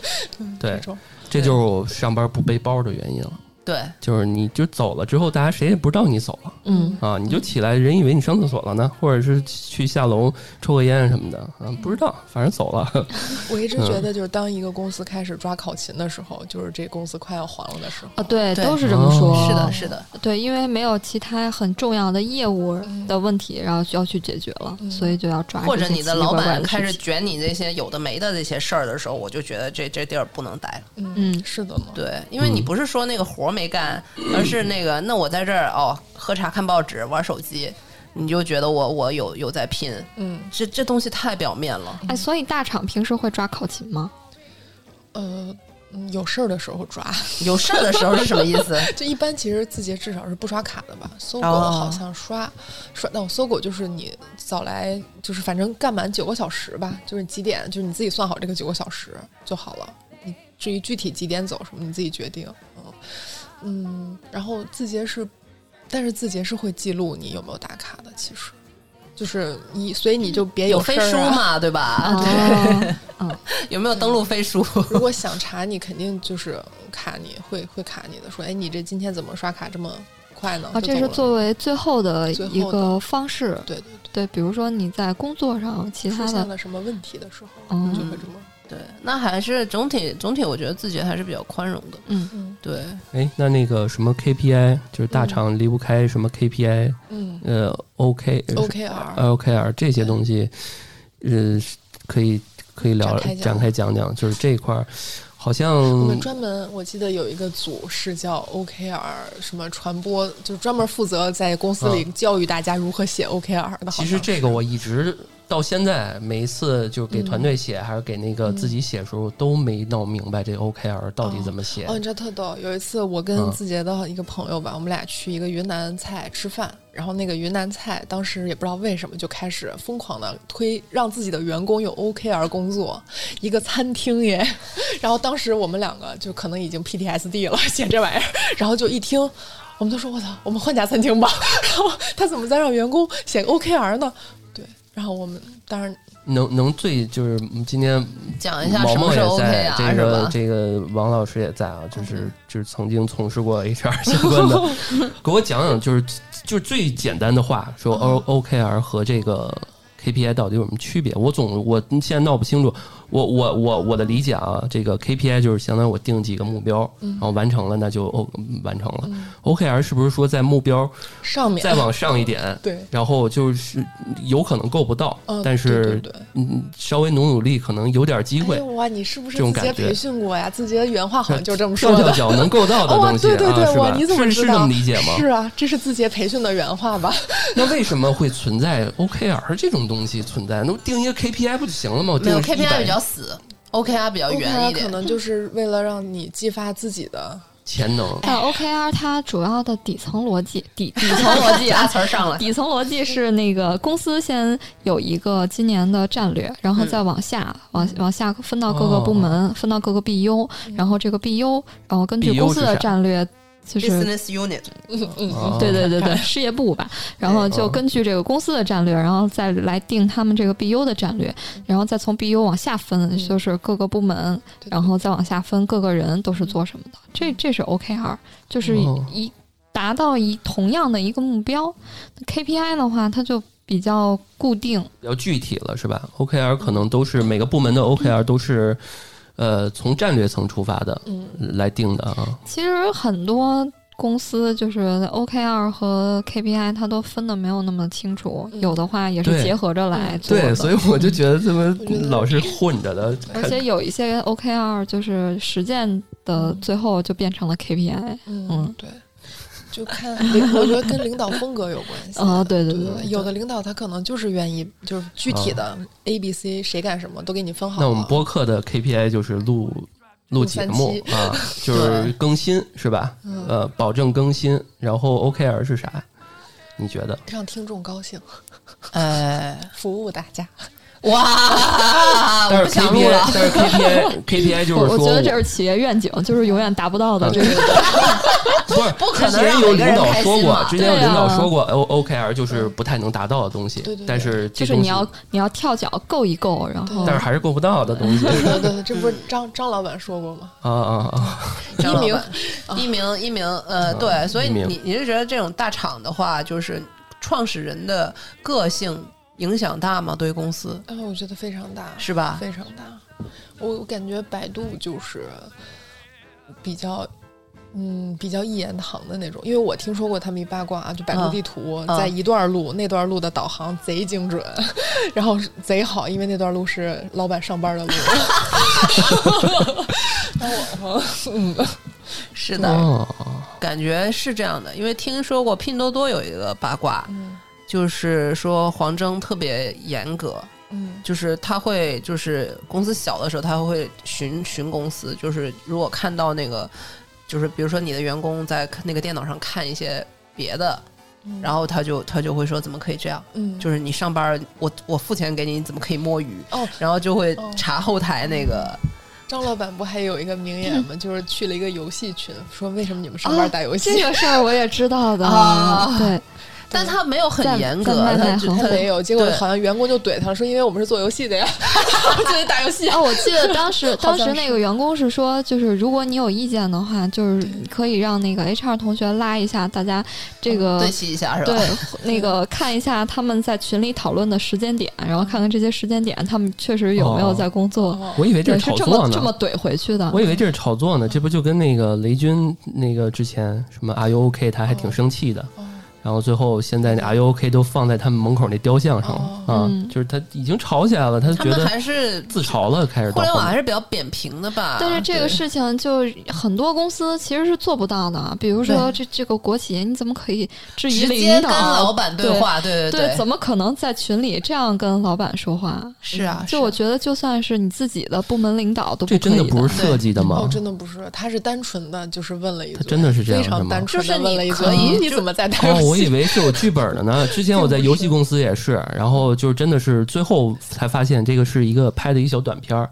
Speaker 2: 对
Speaker 5: 这种
Speaker 2: 这就是我上班不背包的原因了。
Speaker 1: 对，
Speaker 2: 就是你就走了之后，大家谁也不知道你走了。
Speaker 4: 嗯，
Speaker 2: 啊，你就起来，人以为你上厕所了呢，或者是去下楼抽个烟什么的啊，不知道，反正走了。
Speaker 5: *laughs*
Speaker 2: *laughs*
Speaker 5: 我一直
Speaker 2: 嗯
Speaker 5: 觉得，就是当一个公司开始抓考勤的时候，就是这公司快要黄了的时候。
Speaker 4: 啊，对，
Speaker 1: 对
Speaker 4: 都是这么说。
Speaker 2: 哦
Speaker 1: 是的，是的，
Speaker 4: 对，因为没有其他很重要的业务的问题，然后就要去解决了，所以就要
Speaker 2: 哦
Speaker 4: 抓。
Speaker 1: 或者你的老板开始，卷你这些有的没的这些事儿的时候，我就觉得这这地儿不能待了。
Speaker 4: 嗯
Speaker 5: 是的呢。
Speaker 1: 对，因为你不是说那个活儿没
Speaker 2: *clears throat*
Speaker 1: 干，而是那个那我在这儿哦，喝茶、看报纸、玩手机，你就觉得我我有有在拼，
Speaker 5: 嗯，
Speaker 1: 这这东西太表面了。
Speaker 4: 哎，所以大厂平时会抓考勤吗？
Speaker 5: 呃，嗯有事儿的时候抓，
Speaker 1: 有事儿的时候是什么意思？
Speaker 5: 就一般其实字节至少是不刷卡的吧？搜狗
Speaker 1: 哦
Speaker 5: 好像刷、刷，那我搜狗就是你早来，就是反正干满九个小时吧，就是几点，就是你自己算好这个九个小时就好了。你至于具体几点走什么，你自己决定。嗯嗯，然后字节是，但是字节是会记录你有没有打卡的，其实。就是你，所以你就别
Speaker 1: 有
Speaker 5: 事
Speaker 1: 飞
Speaker 5: 儿、啊、
Speaker 1: 书嘛，对吧？
Speaker 4: 哦，
Speaker 1: 有没有登录飞书？
Speaker 5: 如果想查你，肯定就是卡你，会会卡你的，说，哎，你这今天怎么刷卡这么快呢？
Speaker 1: 哦
Speaker 4: 啊，
Speaker 5: 就
Speaker 4: 这是
Speaker 5: 走了
Speaker 4: 作为最后的
Speaker 5: 最后
Speaker 4: 一个方式。
Speaker 5: 对对对，
Speaker 4: 对，比如说你在工作上其
Speaker 5: 出
Speaker 4: 他
Speaker 5: 现
Speaker 4: 的，
Speaker 5: 了什么问题的时候，
Speaker 4: 嗯
Speaker 5: 你就会这么，
Speaker 1: 对，那还是整体总体，我觉得字节还是比较宽容的。
Speaker 4: 嗯，
Speaker 5: 嗯
Speaker 1: 对，
Speaker 2: 哎，那那个什么 KPI，就是大厂离不开什么 KPI，、
Speaker 5: 嗯
Speaker 2: 呃，OK、
Speaker 4: 嗯
Speaker 2: 嗯呃
Speaker 5: ，OKR，
Speaker 2: LKR 这些东西，呃，可以可以聊
Speaker 5: 展开讲
Speaker 2: 展开讲讲，就是这一块儿，好像
Speaker 5: 我们专门我记得有一个组是叫 OKR，什么传播，就是专门负责在公司里教育大家如何写 OKR 的。
Speaker 2: 嗯其实这个我一直到现在每一次就给
Speaker 5: 嗯
Speaker 2: 团队写、还是给那个自己写的时候，都没闹明白这 OKR 到底怎么写。
Speaker 5: 哦，你知道特逗。有一次，我
Speaker 2: 嗯
Speaker 5: 跟字节的一个朋友吧，我们俩去一个云南菜吃饭，然后那个云南菜当时也不知道为什么就开始疯狂的推，让自己的员工有 OKR 工作，一个餐厅耶。 *laughs* 然后当时我们两个就可能已经 PTSD 了，写这玩意儿，然后就一听。我们都说我操，我们换家餐厅吧。 *laughs* 然后他怎么在让员工写 OKR 呢？对，然后我们当然
Speaker 2: 能能最就是今天
Speaker 1: 讲一下
Speaker 2: 毛
Speaker 1: 什
Speaker 2: 毛
Speaker 1: 么是
Speaker 2: 也
Speaker 1: OK
Speaker 2: 在，
Speaker 1: 啊，
Speaker 2: 这
Speaker 1: 是
Speaker 2: 个
Speaker 1: 吧？嗯
Speaker 2: 这个王老师也在啊，就是就是曾经从事过 HR 相关
Speaker 1: *laughs* 嗯
Speaker 2: 的，给我讲讲，就是就是最简单的话，说 O OKR 和这个 KPI 到底有什么区别？我总我现在闹不清楚。我我我我的理解啊，这个 KPI 就是相当于我定几个目标，
Speaker 1: 嗯
Speaker 2: 然后完成了那就哦完成了。OKR 是不是说在目标
Speaker 5: 上面
Speaker 2: 再往上
Speaker 1: *laughs*
Speaker 2: 一点，
Speaker 5: 对，
Speaker 2: 然后就是有可能够不到，
Speaker 5: 嗯
Speaker 2: 但
Speaker 5: 对
Speaker 2: 是
Speaker 5: 对对
Speaker 2: 嗯稍微努努力可能有点机会
Speaker 5: 哎呦。哇，你是不是
Speaker 2: 这种
Speaker 5: 字节
Speaker 2: 感觉
Speaker 5: 培训过呀？字节原话好像就
Speaker 2: *laughs*
Speaker 5: 这么说
Speaker 2: 上
Speaker 5: 的
Speaker 2: 下。脚能够到的
Speaker 5: *laughs* 哇，
Speaker 2: 东西，
Speaker 5: 哦对对对，
Speaker 2: 啊、是
Speaker 5: 哇，
Speaker 2: 吧
Speaker 5: 你怎么
Speaker 2: 是
Speaker 5: 知
Speaker 2: 是
Speaker 5: 道？
Speaker 2: 这么理解吗？
Speaker 5: 是啊，这是字节培训的原话吧？
Speaker 2: 那为什么会存在 OKR 这种东西存在？那我定一个 KPI 不就行了吗？我
Speaker 1: 没
Speaker 2: 定
Speaker 1: 有
Speaker 2: 个
Speaker 1: KPI 比较
Speaker 2: 100
Speaker 1: 死，OKR
Speaker 5: 呃
Speaker 1: 比较圆一
Speaker 5: OKR 啊可
Speaker 1: 点。
Speaker 5: 能就是为了让你激发自己的。
Speaker 2: 潜能，
Speaker 4: 但 OKR 它主要的底层逻辑，底底
Speaker 1: *laughs*
Speaker 4: 层逻辑
Speaker 1: 大
Speaker 4: 啊，
Speaker 1: 词儿上来，
Speaker 4: 底层逻辑是那个公司先有一个今年的战略，然后再往下、
Speaker 2: 嗯
Speaker 4: 往往下分到各个
Speaker 2: 哦
Speaker 4: 部门，分到各个 BU，然后这个 BU，然后根据
Speaker 2: BU
Speaker 4: 公司
Speaker 2: 是
Speaker 4: 的
Speaker 2: 啥
Speaker 4: 战略，就是
Speaker 1: business unit，
Speaker 5: 嗯嗯
Speaker 2: 啊
Speaker 4: 对对对对，事业部吧，然后
Speaker 2: 哦
Speaker 4: 就根据这个公司的战略，然后再来定他们这个 BU 的战略，然后再从 BU 往下分，就是各个部门，
Speaker 5: 对
Speaker 4: 然后再往下分各个人都是做什么的，这这是 OKR，就是
Speaker 2: 嗯哦
Speaker 4: 一达到一同样的一个目标。那 KPI 的话，它就比较固定，
Speaker 2: 比较具体了，是吧？OKR 可能都是每个部门的 OKR 都是呃从战略层出发的
Speaker 5: 嗯，
Speaker 2: 来定的啊。
Speaker 4: 其实很多公司就是 OKR 和 KPI，它都分的没有那么清楚，
Speaker 5: 嗯
Speaker 4: 有的话也是
Speaker 2: 对
Speaker 4: 结合着来做的。
Speaker 2: 对，所以我就觉得这么
Speaker 5: 我觉得
Speaker 2: 老是混着的，
Speaker 4: 而且有一些 OKR 就是实践的最后就变成了 KPI。
Speaker 5: 嗯
Speaker 4: 嗯，
Speaker 5: 对，就看领，我觉得跟领导风格有关系。啊
Speaker 4: 哦，对对
Speaker 5: 对
Speaker 4: 对
Speaker 5: 对对，有的领导他可能就是愿意，就是具体的 A、B、C 谁干什么都给你分好了。
Speaker 2: 啊那我们播客的 KPI 就是录录节目
Speaker 5: 哦录
Speaker 2: 啊，就是更新是吧？呃，保证更新。然后 OKR 是啥？你觉得？
Speaker 5: 让听众高兴，呃
Speaker 1: 哎，
Speaker 5: 服务大家。
Speaker 2: 啊
Speaker 1: 哇，我
Speaker 2: *laughs* 但
Speaker 1: 不
Speaker 2: 是
Speaker 1: 想录
Speaker 2: KPI，
Speaker 1: 了。
Speaker 2: 但是 KPI KPI 就是
Speaker 4: 我
Speaker 2: 说，啊
Speaker 4: 我觉得这是企业愿景，就是永远达不到的这个。
Speaker 2: 不是
Speaker 1: 不可
Speaker 2: 之
Speaker 1: 能
Speaker 2: 前
Speaker 1: 让
Speaker 2: 有
Speaker 1: 每个
Speaker 2: 领
Speaker 1: 人
Speaker 2: 导
Speaker 1: 开
Speaker 2: 说
Speaker 1: 心
Speaker 2: 过
Speaker 1: 嘛，
Speaker 2: 之前有
Speaker 4: 对
Speaker 2: 领导
Speaker 4: 啊
Speaker 2: 说过 O OKR 就是不太能达到的东西
Speaker 5: 对对对，
Speaker 2: 但是这
Speaker 4: 就是
Speaker 2: 东
Speaker 4: 你
Speaker 2: 西
Speaker 4: 要你要跳脚够一够，然后
Speaker 2: 但是还是够不到的
Speaker 5: *laughs*
Speaker 2: 东西
Speaker 5: 对对
Speaker 2: *laughs*
Speaker 5: 对，这不是张张老板说过吗？
Speaker 2: 啊啊啊！
Speaker 1: *laughs* 张老板
Speaker 5: 啊
Speaker 1: *laughs* 一鸣，一鸣，呃，对，所以
Speaker 2: 嗯一鸣
Speaker 1: 你你是觉得这种大厂的话，就是创始人的个性影响大吗？对于公司
Speaker 5: 哎，我觉得非常大，
Speaker 1: 是吧？
Speaker 5: 非常大。我我感觉百度就是比较。嗯，比较一言堂的那种，因为我听说过他们一八卦啊，就百度
Speaker 1: 啊
Speaker 5: 地图
Speaker 1: 啊
Speaker 5: 在一段路、那段路的导航贼精准， *laughs* 然后是贼好，因为那段路是老板上班
Speaker 1: *laughs*
Speaker 5: 的路。然后我我嗯，
Speaker 1: 是的，
Speaker 2: 哦，
Speaker 1: 感觉是这样的，因为听说过拼多多有一个八卦，
Speaker 5: 嗯
Speaker 1: 就是说黄峥特别严格，
Speaker 5: 嗯
Speaker 1: 就是他会就是公司小的时候，他会巡巡公司，就是如果看到那个，就是比如说你的员工在看那个电脑上看一些别的，
Speaker 5: 嗯
Speaker 1: 然后他就他就会说怎么可以这样。
Speaker 5: 嗯，
Speaker 1: 就是你上班儿，我我付钱给你，你怎么可以摸鱼？
Speaker 5: 哦
Speaker 1: 然后就会
Speaker 5: 哦
Speaker 1: 查后台那个，
Speaker 4: 哦
Speaker 5: 张老板不还有一个名
Speaker 1: *laughs*
Speaker 5: 言吗？就是去了一个游戏群，说为什么你们上班
Speaker 1: 哦
Speaker 4: 啊
Speaker 5: 打游戏？
Speaker 4: 这个事儿我也知道 *laughs* 的
Speaker 1: 啊。
Speaker 4: 对， *laughs*
Speaker 1: 但他没有很
Speaker 4: 在
Speaker 1: 严
Speaker 4: 在
Speaker 1: 格，
Speaker 4: 麦麦
Speaker 1: 他就
Speaker 4: 很
Speaker 1: 他
Speaker 5: 没
Speaker 1: *laughs*
Speaker 5: 有，结果
Speaker 1: 对
Speaker 5: 好像员工就怼他说，因为我们是做游戏的呀， *laughs* 我就得打游
Speaker 1: *laughs*
Speaker 5: 戏。啊
Speaker 4: 哦，我记得当时
Speaker 5: 好
Speaker 4: 当
Speaker 5: 像是
Speaker 4: 时那个员工是说，就是如果你有意见的话，就是可以让那个 HR 同学拉一下大家这个
Speaker 1: 对齐一下是吧？
Speaker 4: 对，那个看一下他们在群里讨论的时间点，然后看看这些时间点他们确实有没有在工作。
Speaker 5: 哦
Speaker 2: 我以为这
Speaker 4: 对，
Speaker 2: 是
Speaker 4: 是
Speaker 2: 炒
Speaker 4: 这
Speaker 2: 作
Speaker 4: 么这么
Speaker 2: 呢，
Speaker 4: 怼回去的
Speaker 2: 我。以为这是炒作呢，这不就跟那个雷军那个之前什么 Are you OK，他还挺生气的。
Speaker 5: 哦
Speaker 2: 然后最后现在那 Are you OK 都放在他们门口那雕像上了、
Speaker 4: 哦
Speaker 2: 啊，
Speaker 4: 嗯
Speaker 2: 就是他已经吵起来了，他
Speaker 1: 他
Speaker 2: 觉
Speaker 1: 们
Speaker 2: 得
Speaker 1: 还是
Speaker 2: 自嘲了，开始
Speaker 1: 互
Speaker 2: 到
Speaker 1: 联
Speaker 2: 后
Speaker 1: 网还
Speaker 2: 面
Speaker 1: 是比较扁平的吧。
Speaker 4: 但是这
Speaker 1: 对
Speaker 4: 个事情就很多公司其实是做不到的，比如说
Speaker 1: 对
Speaker 4: 这这个国企，你怎么可以质疑
Speaker 1: 直
Speaker 4: 领
Speaker 1: 接
Speaker 4: 导？
Speaker 1: 跟老板对话，对
Speaker 4: 对
Speaker 1: 对，
Speaker 4: 怎么可能在群里这样跟老板说话？嗯
Speaker 1: 是啊？
Speaker 4: 就我觉得，就算是你自己的部门领导都不
Speaker 2: 这真
Speaker 4: 可
Speaker 2: 的
Speaker 4: 以
Speaker 2: 不是设计的吗？
Speaker 5: 哦，真的不是，他是单纯的，就是问了一
Speaker 2: 他
Speaker 5: 句，
Speaker 2: 真的是这样
Speaker 5: 非
Speaker 2: 是吗
Speaker 5: 常？单纯
Speaker 1: 就
Speaker 5: 的
Speaker 1: 是
Speaker 5: 问了一
Speaker 1: 你
Speaker 5: 句，
Speaker 1: 可以
Speaker 5: 嗯你
Speaker 1: 就
Speaker 5: 怎么在打游
Speaker 2: 哦，
Speaker 5: 戏？
Speaker 2: 我以为是有剧本的呢。之前我在游戏公司也是，然后就是真的是最后才发现这个是一个拍的一小短片儿，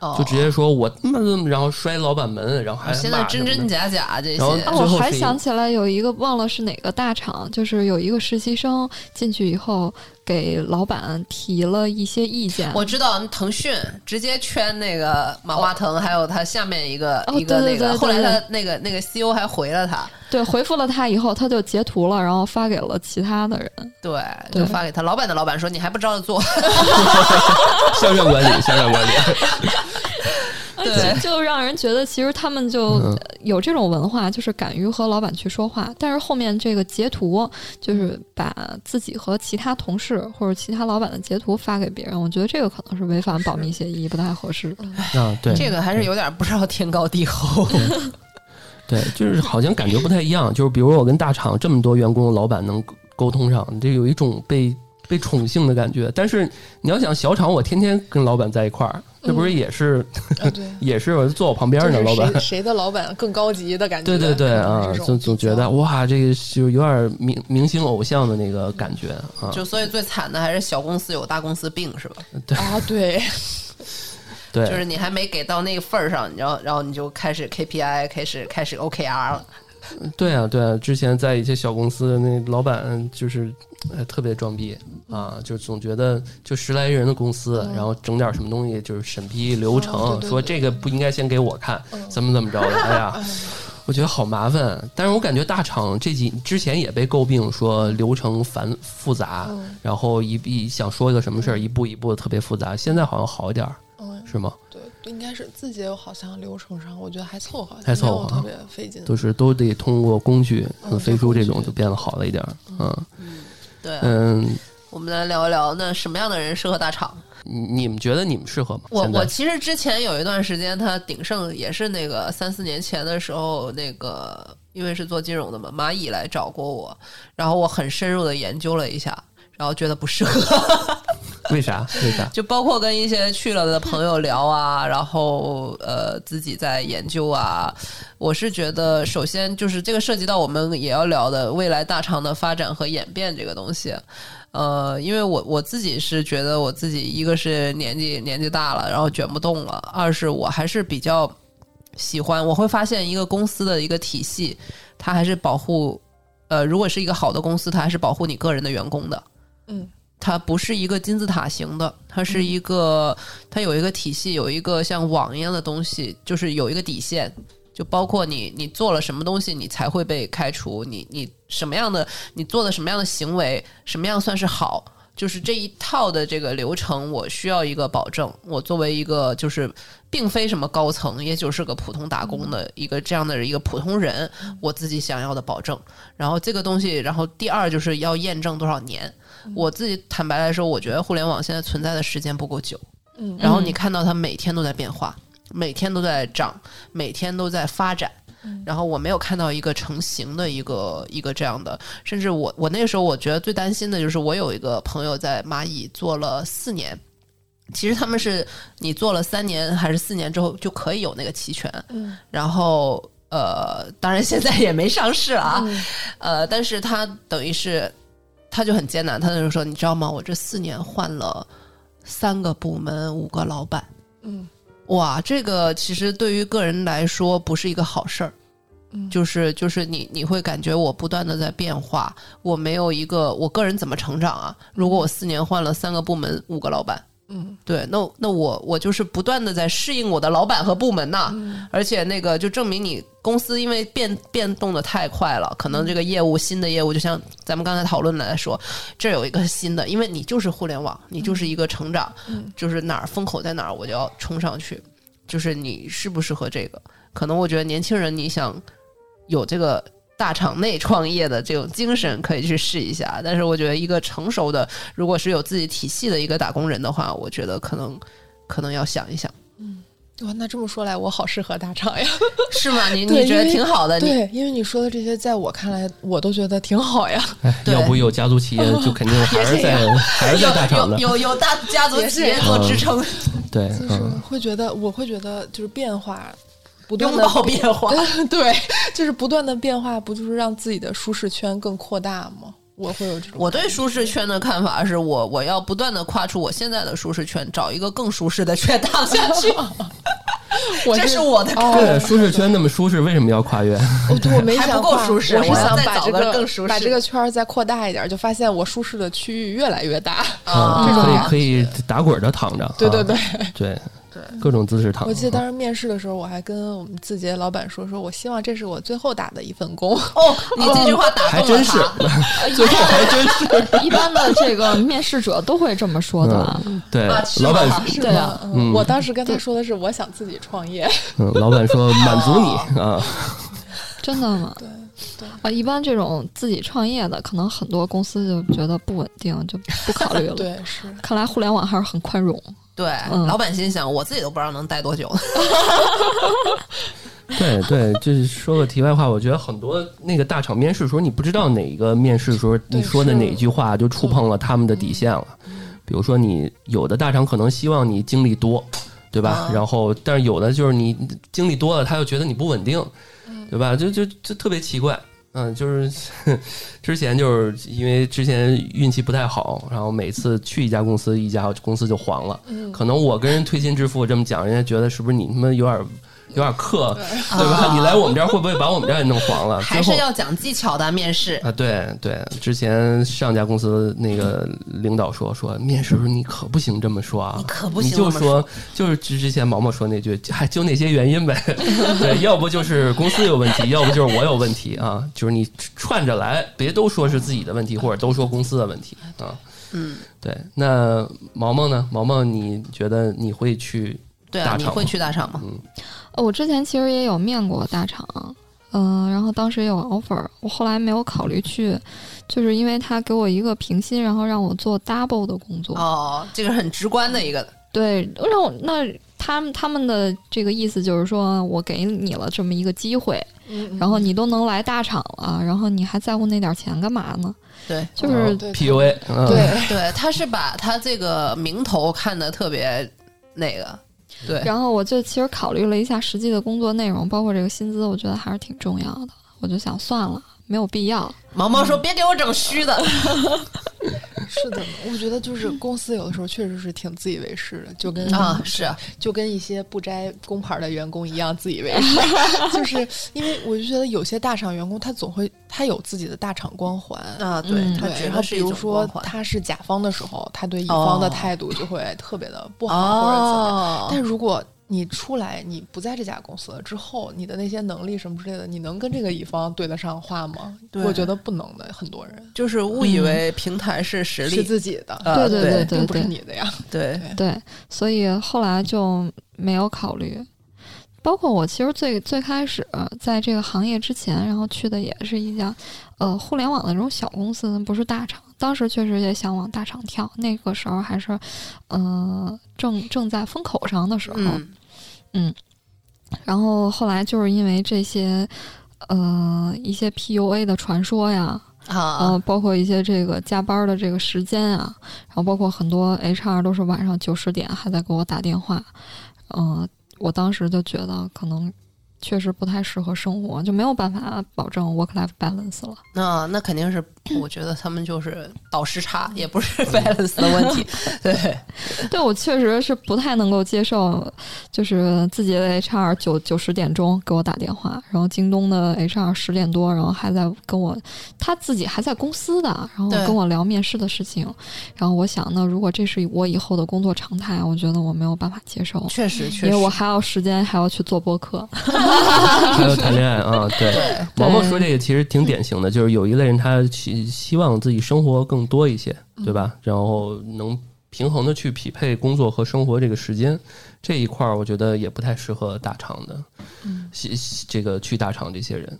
Speaker 1: 哦
Speaker 2: 就直接说我他妈的，然后摔老板门，然后还
Speaker 1: 现在
Speaker 2: 骂什
Speaker 1: 真
Speaker 2: 么的
Speaker 1: 真假假这些
Speaker 2: 然后
Speaker 4: 啊，
Speaker 2: 最
Speaker 4: 我
Speaker 2: 后
Speaker 4: 还
Speaker 2: 是一
Speaker 4: 想起来有一个忘了是哪个大厂，就是有一个实习生进去以后给老板提了一些意见。
Speaker 1: 我知道腾讯直接圈那个马化腾，还有他下面一个、
Speaker 4: 哦
Speaker 1: 一个
Speaker 4: 对
Speaker 1: 那
Speaker 4: 对
Speaker 1: 个，
Speaker 4: 对对
Speaker 1: 后来
Speaker 4: 对
Speaker 1: 他那个那个 CEO 还回了他，
Speaker 4: 对，回复了他以后，他就截图了，然后发给了其他的人。
Speaker 1: 对，
Speaker 4: 对
Speaker 1: 就发给他老板的老板说你还不照着做，
Speaker 2: 向上管理，向上
Speaker 1: *laughs*
Speaker 2: 管理。
Speaker 1: 对
Speaker 4: 就就让人觉得其实他们就
Speaker 2: 嗯
Speaker 4: 有这种文化，就是敢于和老板去说话。但是后面这个截图，就是把自己和其他同事或者其他老板的截图发给别人，我觉得这个可能是违反保密协议，不太合适。
Speaker 1: 嗯
Speaker 2: 啊，对，
Speaker 1: 这个还是有点不知道天高地厚。
Speaker 2: 对，就是好像感觉不太一样。就是比如我跟大厂这么多员工的老板能沟沟通上，这有一种被被宠幸的感觉。但是你要想小厂，我天天跟老板在一块儿，这不是也是、
Speaker 5: 啊对，
Speaker 2: 也是坐我旁 *laughs* 边
Speaker 5: 就
Speaker 2: 呢，
Speaker 5: 是
Speaker 2: 老板
Speaker 5: 谁。谁的老板更高级的感觉？
Speaker 2: 对对对啊
Speaker 5: 可能是这，种
Speaker 2: 总总觉得哇，这个就有点明明星偶像的那个感觉啊。
Speaker 1: 就所以最惨的还是小公司有大公司病是吧？
Speaker 5: 啊，对，
Speaker 2: 对，
Speaker 1: 就是你还没给到那个份儿上，然后然后你就开始 KPI，开始开始 OKR
Speaker 2: 嗯
Speaker 1: 了。
Speaker 2: 对啊，对啊，之前在一些小公司，那老板就是、呃、特别装逼啊，就总觉得就十来人的公司，然后整点什么东西，就是审批流程，
Speaker 5: 嗯哦对哦对
Speaker 2: 说
Speaker 5: 对
Speaker 2: 这个不应该先给我看，怎么怎么着的，哎呀。我觉得好麻烦，但是我感觉大厂这几之前也被诟病说流程繁复杂，
Speaker 5: 哦
Speaker 2: 然后一一想说一个什么事儿，一步一步的特别复杂。现在好像好一点儿，
Speaker 5: 嗯，
Speaker 2: 是吗？
Speaker 5: 对，应该是字节好像流程上，我觉得还凑合，
Speaker 2: 还凑合啊
Speaker 5: 没有特别费劲。
Speaker 2: 都是都得通过工具，
Speaker 5: 嗯
Speaker 2: 像飞书这种
Speaker 5: 工具
Speaker 2: 就变得好了一点儿。嗯
Speaker 1: 对啊，
Speaker 2: 嗯，
Speaker 1: 我们来聊一聊，那什么样的人适合大厂？
Speaker 2: 你你们觉得你们适合吗？
Speaker 1: 我
Speaker 2: 现在
Speaker 1: 我其实之前有一段时间，他鼎盛也是那个三四年前的时候，那个因为是做金融的嘛，蚂蚁来找过我，然后我很深入的研究了一下，然后觉得不适合，
Speaker 2: 为啥？为啥？
Speaker 1: 就包括跟一些去了的朋友聊啊，然后呃自己在研究啊，我是觉得首先就是这个涉及到我们也要聊的未来大厂的发展和演变这个东西，呃，因为我我自己是觉得我自己一个是年纪年纪大了，然后卷不动了；二是我还是比较喜欢，我会发现一个公司的一个体系，它还是保护，呃，如果是一个好的公司，它还是保护你个人的员工的。
Speaker 5: 嗯，
Speaker 1: 它不是一个金字塔型的，它是一个，它有一个体系，有一个像网一样的东西，就是有一个底线。就包括你，你做了什么东西，你才会被开除？你你什么样的，你做的什么样的行为，什么样算是好？就是这一套的这个流程，我需要一个保证。我作为一个就是并非什么高层，也就是个普通打工的一个这样的一个普通人，我自己想要的保证。然后这个东西，然后第二就是要验证多少年。我自己坦白来说，我觉得互联网现在存在的时间不够久。
Speaker 5: 嗯
Speaker 1: 然后你看到它每天都在变化，每天都在涨，每天都在发展。然后我没有看到一个成型的一个一个这样的，甚至我我那个时候我觉得最担心的就是我有一个朋友在蚂蚁做了四年，其实他们是你做了三年还是四年之后就可以有那个期权，
Speaker 5: 嗯
Speaker 1: 然后呃，当然现在也没上市了啊，
Speaker 4: 嗯
Speaker 1: 呃，但是他等于是他就很艰难，他就说你知道吗？我这四年换了三个部门，五个老板，
Speaker 5: 嗯
Speaker 1: 哇，这个其实对于个人来说不是一个好事儿。
Speaker 5: 嗯，
Speaker 1: 就是就是你你会感觉我不断的在变化，我没有一个我个人怎么成长啊？如果我四年换了三个部门，五个老板，
Speaker 5: 嗯
Speaker 1: 对，那那我我就是不断的在适应我的老板和部门呐、
Speaker 5: 嗯
Speaker 1: 而且那个就证明你公司因为变变动的太快了，可能这个业务新的业务，就像咱们刚才讨论来说，这儿有一个新的，因为你就是互联网，你就是一个成长，就是哪儿风口在哪儿，我就要冲上去。就是你适不适合这个？可能我觉得年轻人你想有这个大厂内创业的这种精神，可以去试一下。但是我觉得一个成熟的，如果是有自己体系的一个打工人的话，我觉得可能可能要想一想，
Speaker 5: 哇，那这么说来，我好适合大厂呀。
Speaker 1: *laughs* 是吗？你
Speaker 5: 对
Speaker 1: 你觉得
Speaker 5: 因为
Speaker 1: 挺好的，你
Speaker 5: 对，因为你说的这些，在我看来，我都觉得挺好呀。
Speaker 2: 哎
Speaker 1: *laughs* 对
Speaker 2: 要不有家族企业，就肯定
Speaker 1: *laughs*
Speaker 2: 还是在还是在大厂的
Speaker 1: 有。有有大家族
Speaker 5: 也
Speaker 1: 企
Speaker 5: 是
Speaker 1: 业做支撑， *laughs*
Speaker 2: 对，
Speaker 5: 就是
Speaker 2: 嗯，
Speaker 5: 会觉得，我会觉得就是变化，不断
Speaker 1: 拥
Speaker 5: 的
Speaker 1: 抱变化。
Speaker 5: *laughs* 对，就是不断的变化，不就是让自己的舒适圈更扩大吗？我会有这种
Speaker 1: 我对舒适圈的看法是我
Speaker 5: *laughs* 啊
Speaker 1: 我要不断的跨出我现在的舒适圈，找一个更舒适的圈躺下去。
Speaker 5: 我
Speaker 1: 这是我的
Speaker 5: 哦
Speaker 2: 对，舒适圈那么舒适，为什么要跨越？
Speaker 5: 哦，对，我没
Speaker 1: 还不
Speaker 5: 想
Speaker 1: 够
Speaker 5: 画
Speaker 1: 舒适
Speaker 5: 我是
Speaker 1: 我要
Speaker 5: 想
Speaker 1: 再
Speaker 5: 把
Speaker 1: 找
Speaker 5: 这
Speaker 1: 个
Speaker 5: 个
Speaker 1: 更舒
Speaker 5: 把
Speaker 1: 适
Speaker 5: 这个圈儿再扩大一点儿，就发现我舒适的区域越来越大。
Speaker 2: *laughs*
Speaker 1: 啊
Speaker 5: 这
Speaker 2: 嗯
Speaker 5: 种感觉
Speaker 2: 可以可以打滚的躺着，
Speaker 5: 对
Speaker 2: 啊
Speaker 5: 对 *laughs* 对，
Speaker 2: 对
Speaker 5: 对
Speaker 2: 各种姿势躺。
Speaker 5: 我记得当时面试的时候，我还跟我们字节老板说，说我希望这是我最后打的一份工。
Speaker 1: 哦，你这句话打
Speaker 2: 还
Speaker 1: 动了
Speaker 2: 真是
Speaker 1: 他。，哎啊
Speaker 2: 最后还
Speaker 1: *laughs*
Speaker 2: 真是，
Speaker 4: 一般的这个面试者都会这么说的。
Speaker 2: 对
Speaker 1: 啊是，吗
Speaker 2: 哎老板，
Speaker 5: 是
Speaker 4: 对
Speaker 5: 吗
Speaker 4: 啊？
Speaker 5: 嗯
Speaker 2: 嗯
Speaker 5: 我当时跟他说的是，我想自己创业。
Speaker 2: 嗯，老板
Speaker 1: *laughs* 哦
Speaker 2: 说满足你啊，
Speaker 4: 真的吗？
Speaker 5: 对对
Speaker 4: 啊，一般这种自己创业的，可能很多公司就觉得不稳定，就不考虑了。，
Speaker 5: 对，是
Speaker 4: 看来互联网还是很宽容。
Speaker 1: 对，
Speaker 4: 嗯
Speaker 1: 老板心想，我自己都不知道能待多久。
Speaker 2: 对对，就是说个题外话，我觉得很多那个大厂面试的时候，你不知道哪一个面试的时候你说的
Speaker 5: 是
Speaker 2: 哪一句话就触碰了他们的底线了。比如说，你有的大厂可能希望你经历多，对吧？
Speaker 1: 啊
Speaker 2: 然后，但是有的就是你经历多了，他又觉得你不稳定，对吧？就就就特别奇怪。嗯，就是 *laughs* 之前就是因为之前运气不太好，然后每次去一家公司，一家公司就黄了。
Speaker 5: 嗯
Speaker 2: 可能我跟人推心置腹这么讲，人家觉得是不是你他妈有点有点克， *laughs* 对吧？你来我们这儿会不会把我们这儿也弄黄了？
Speaker 1: 啊 *laughs* 还
Speaker 2: 最后
Speaker 1: 是要讲技巧的面试。
Speaker 2: 啊，对对，之前上家公司那个领导说说面试时候你可不行这么说啊，
Speaker 1: 你可不行
Speaker 2: 你就
Speaker 1: 这么说
Speaker 2: 说就是之之前毛毛说那句，还就那些原因呗， *laughs* 对，要不就是公司有问题，要不就是我有问题啊，就是你串着来，别都说是自己的问题，或者都说公司的问题啊。
Speaker 1: 嗯，
Speaker 2: 对，那毛毛呢？毛毛，你觉得你会去？嗯
Speaker 1: 对啊，
Speaker 2: 大
Speaker 1: 你
Speaker 2: 厂
Speaker 1: 会
Speaker 2: 吗
Speaker 1: 去大厂吗？
Speaker 4: 呃，我之前其实也有面过大厂，嗯、然后当时也有 offer，我后来没有考虑去，就是因为他给我一个平薪，然后让我做 double 的工作，
Speaker 1: 哦，这个是很直观的一个，
Speaker 4: 对，让我那他们他们的这个意思就是说我给你了这么一个机会，
Speaker 5: 嗯
Speaker 2: 嗯
Speaker 4: 然后你都能来大厂了，然后你还在乎那点钱干嘛呢？
Speaker 1: 对
Speaker 4: 就是、
Speaker 5: 对
Speaker 2: PUA，嗯
Speaker 5: 对
Speaker 1: 对，他是把他这个名头看得特别那个，对，
Speaker 4: 然后我就其实考虑了一下实际的工作内容，包括这个薪资，我觉得还是挺重要的。我就想算了，没有必要。
Speaker 1: 毛毛说：“别给我整虚的。*laughs*
Speaker 5: 是的，我觉得就是公司有的时候确实是挺自以为是的，就跟
Speaker 1: 啊是啊
Speaker 5: 就跟一些不摘工牌的员工一样自以为
Speaker 1: *laughs*
Speaker 5: 是，就是因为我就觉得有些大厂员工他总会他有自己的大厂光环。
Speaker 1: 啊，对
Speaker 4: 嗯
Speaker 1: 他
Speaker 5: 对，
Speaker 1: 觉
Speaker 5: 然
Speaker 1: 得
Speaker 5: 后
Speaker 1: 是
Speaker 5: 比
Speaker 1: 一种
Speaker 5: 如说
Speaker 1: 光环
Speaker 5: 他是甲方的时候，他对乙方的
Speaker 1: 哦
Speaker 5: 态度就会特别的不好，或者怎么样。
Speaker 1: 哦，
Speaker 5: 但如果你出来，你不在这家公司了之后，你的那些能力什么之类的，你能跟这个乙方对得上话吗？
Speaker 1: 对
Speaker 5: 我觉得不能的，很多人
Speaker 1: 就是误以为平台是实
Speaker 5: 是
Speaker 1: 力，
Speaker 5: 自己的，
Speaker 1: 啊
Speaker 4: 对
Speaker 1: 对
Speaker 4: 对对
Speaker 5: 并不是
Speaker 4: 对
Speaker 5: 你的呀。
Speaker 1: 对
Speaker 4: 对，所以后来就没有考虑。包括我其实最最开始在这个行业之前，然后去的也是一家呃互联网的这种小公司，不是大厂。当时确实也想往大厂跳，那个时候还是呃正正在风口上的时候。
Speaker 1: 嗯，
Speaker 4: 然后后来就是因为这些呃一些 PUA 的传说呀，
Speaker 1: 啊，
Speaker 4: 嗯，包括一些这个加班的这个时间啊，然后包括很多 HR 都是晚上九十点还在给我打电话，嗯、我当时就觉得可能确实不太适合生活，就没有办法保证 work life balance 了。
Speaker 1: 那那肯定是，我觉得他们就是倒时差，也不是 balance 的问题，对，
Speaker 4: *laughs* 对我确实是不太能够接受，就是自己的 HR 九九十点钟给我打电话，然后京东的 HR 十点多，然后还在跟我他自己还在公司的，然后
Speaker 1: 对
Speaker 4: 跟我聊面试的事情，然后我想呢，如果这是我以后的工作常态，我觉得我没有办法接受。
Speaker 1: 确实确
Speaker 4: 因
Speaker 1: 实
Speaker 4: 为，我还要时间，还要去做播客。
Speaker 2: 还有谈恋爱啊，对。
Speaker 1: 对
Speaker 2: 毛毛说这个其实挺典型的，就是有一类人他希希望自己生活更多一些，对吧？然后能平衡的去匹配工作和生活这个时间这一块儿，我觉得也不太适合大厂的，西西这个去大厂这些人。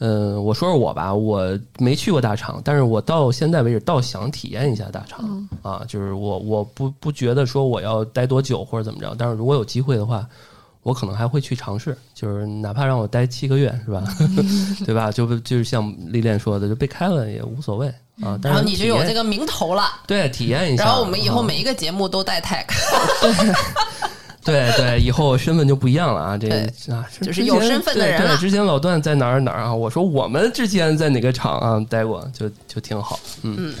Speaker 2: 嗯，我说说我吧，我没去过大厂，但是我到现在为止倒想体验一下大厂、
Speaker 1: 嗯
Speaker 2: 啊，就是我我不不觉得说我要待多久或者怎么着，但是如果有机会的话，我可能还会去尝试，就是哪怕让我待七个月是吧？
Speaker 1: 嗯
Speaker 2: *laughs* 对吧？就就是像历练说的，就被开了也无所谓啊。
Speaker 1: 嗯
Speaker 2: 但
Speaker 1: 然后
Speaker 2: 是
Speaker 1: 你就
Speaker 2: 体
Speaker 1: 有
Speaker 2: 验
Speaker 1: 这个名头了。
Speaker 2: 对体验一下。
Speaker 1: 然后我们以后
Speaker 2: 啊
Speaker 1: 每一个节目都带 tag， *laughs*
Speaker 2: 对对，以后身份就不一样了啊！这
Speaker 1: 对
Speaker 2: 啊，
Speaker 1: 就是
Speaker 2: 之前
Speaker 1: 有身份的人
Speaker 2: 对
Speaker 1: 了
Speaker 2: 对，之前老段在哪儿哪儿啊？我说我们之前在哪个厂啊待过，就就挺好。嗯，
Speaker 1: 嗯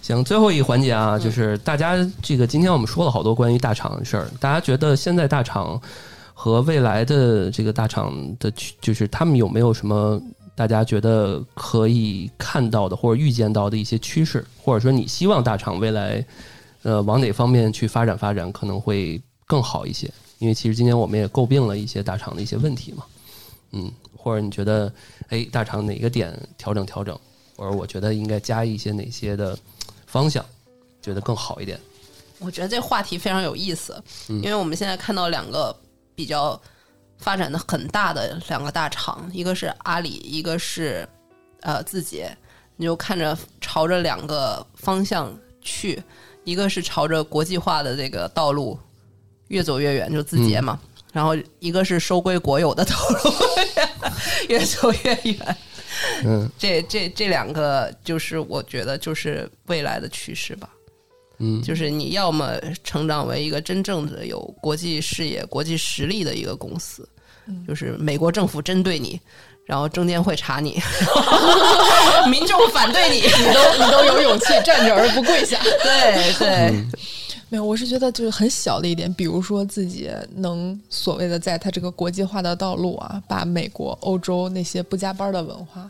Speaker 2: 行，最后一环节啊，就是大家这个今天我们说了好多关于大厂的事儿，大家觉得现在大厂和未来的这个大厂的区，就是他们有没有什么大家觉得可以看到的或者预见到的一些趋势，或者说你希望大厂未来呃往哪方面去发展发展可能会更好一些？因为其实今年我们也诟病了一些大厂的一些问题嘛，嗯，或者你觉得哎大厂哪个点调整调整，或者我觉得应该加一些哪些的方向，觉得更好一点。
Speaker 1: 我觉得这话题非常有意思，
Speaker 2: 嗯
Speaker 1: 因为我们现在看到两个比较发展的很大的两个大厂，一个是阿里，一个是呃字节，你就看着朝着两个方向去，一个是朝着国际化的这个道路越走越远，就字节嘛。
Speaker 2: 嗯
Speaker 1: 然后一个是收归国有的道路，越走越远。
Speaker 2: 嗯
Speaker 1: 这这这两个就是我觉得就是未来的趋势吧。
Speaker 2: 嗯，
Speaker 1: 就是你要么成长为一个真正的有国际视野、国际实力的一个公司，就是美国政府针对你，然后证监会查 *laughs* 你，民众反对你，
Speaker 5: 你都你都有勇气站着而不跪下。
Speaker 1: *laughs* 对对，
Speaker 5: *laughs* 没有，我是觉得就是很小的一点，比如说自己能所谓的在它这个国际化的道路啊，把美国、欧洲那些不加班的文化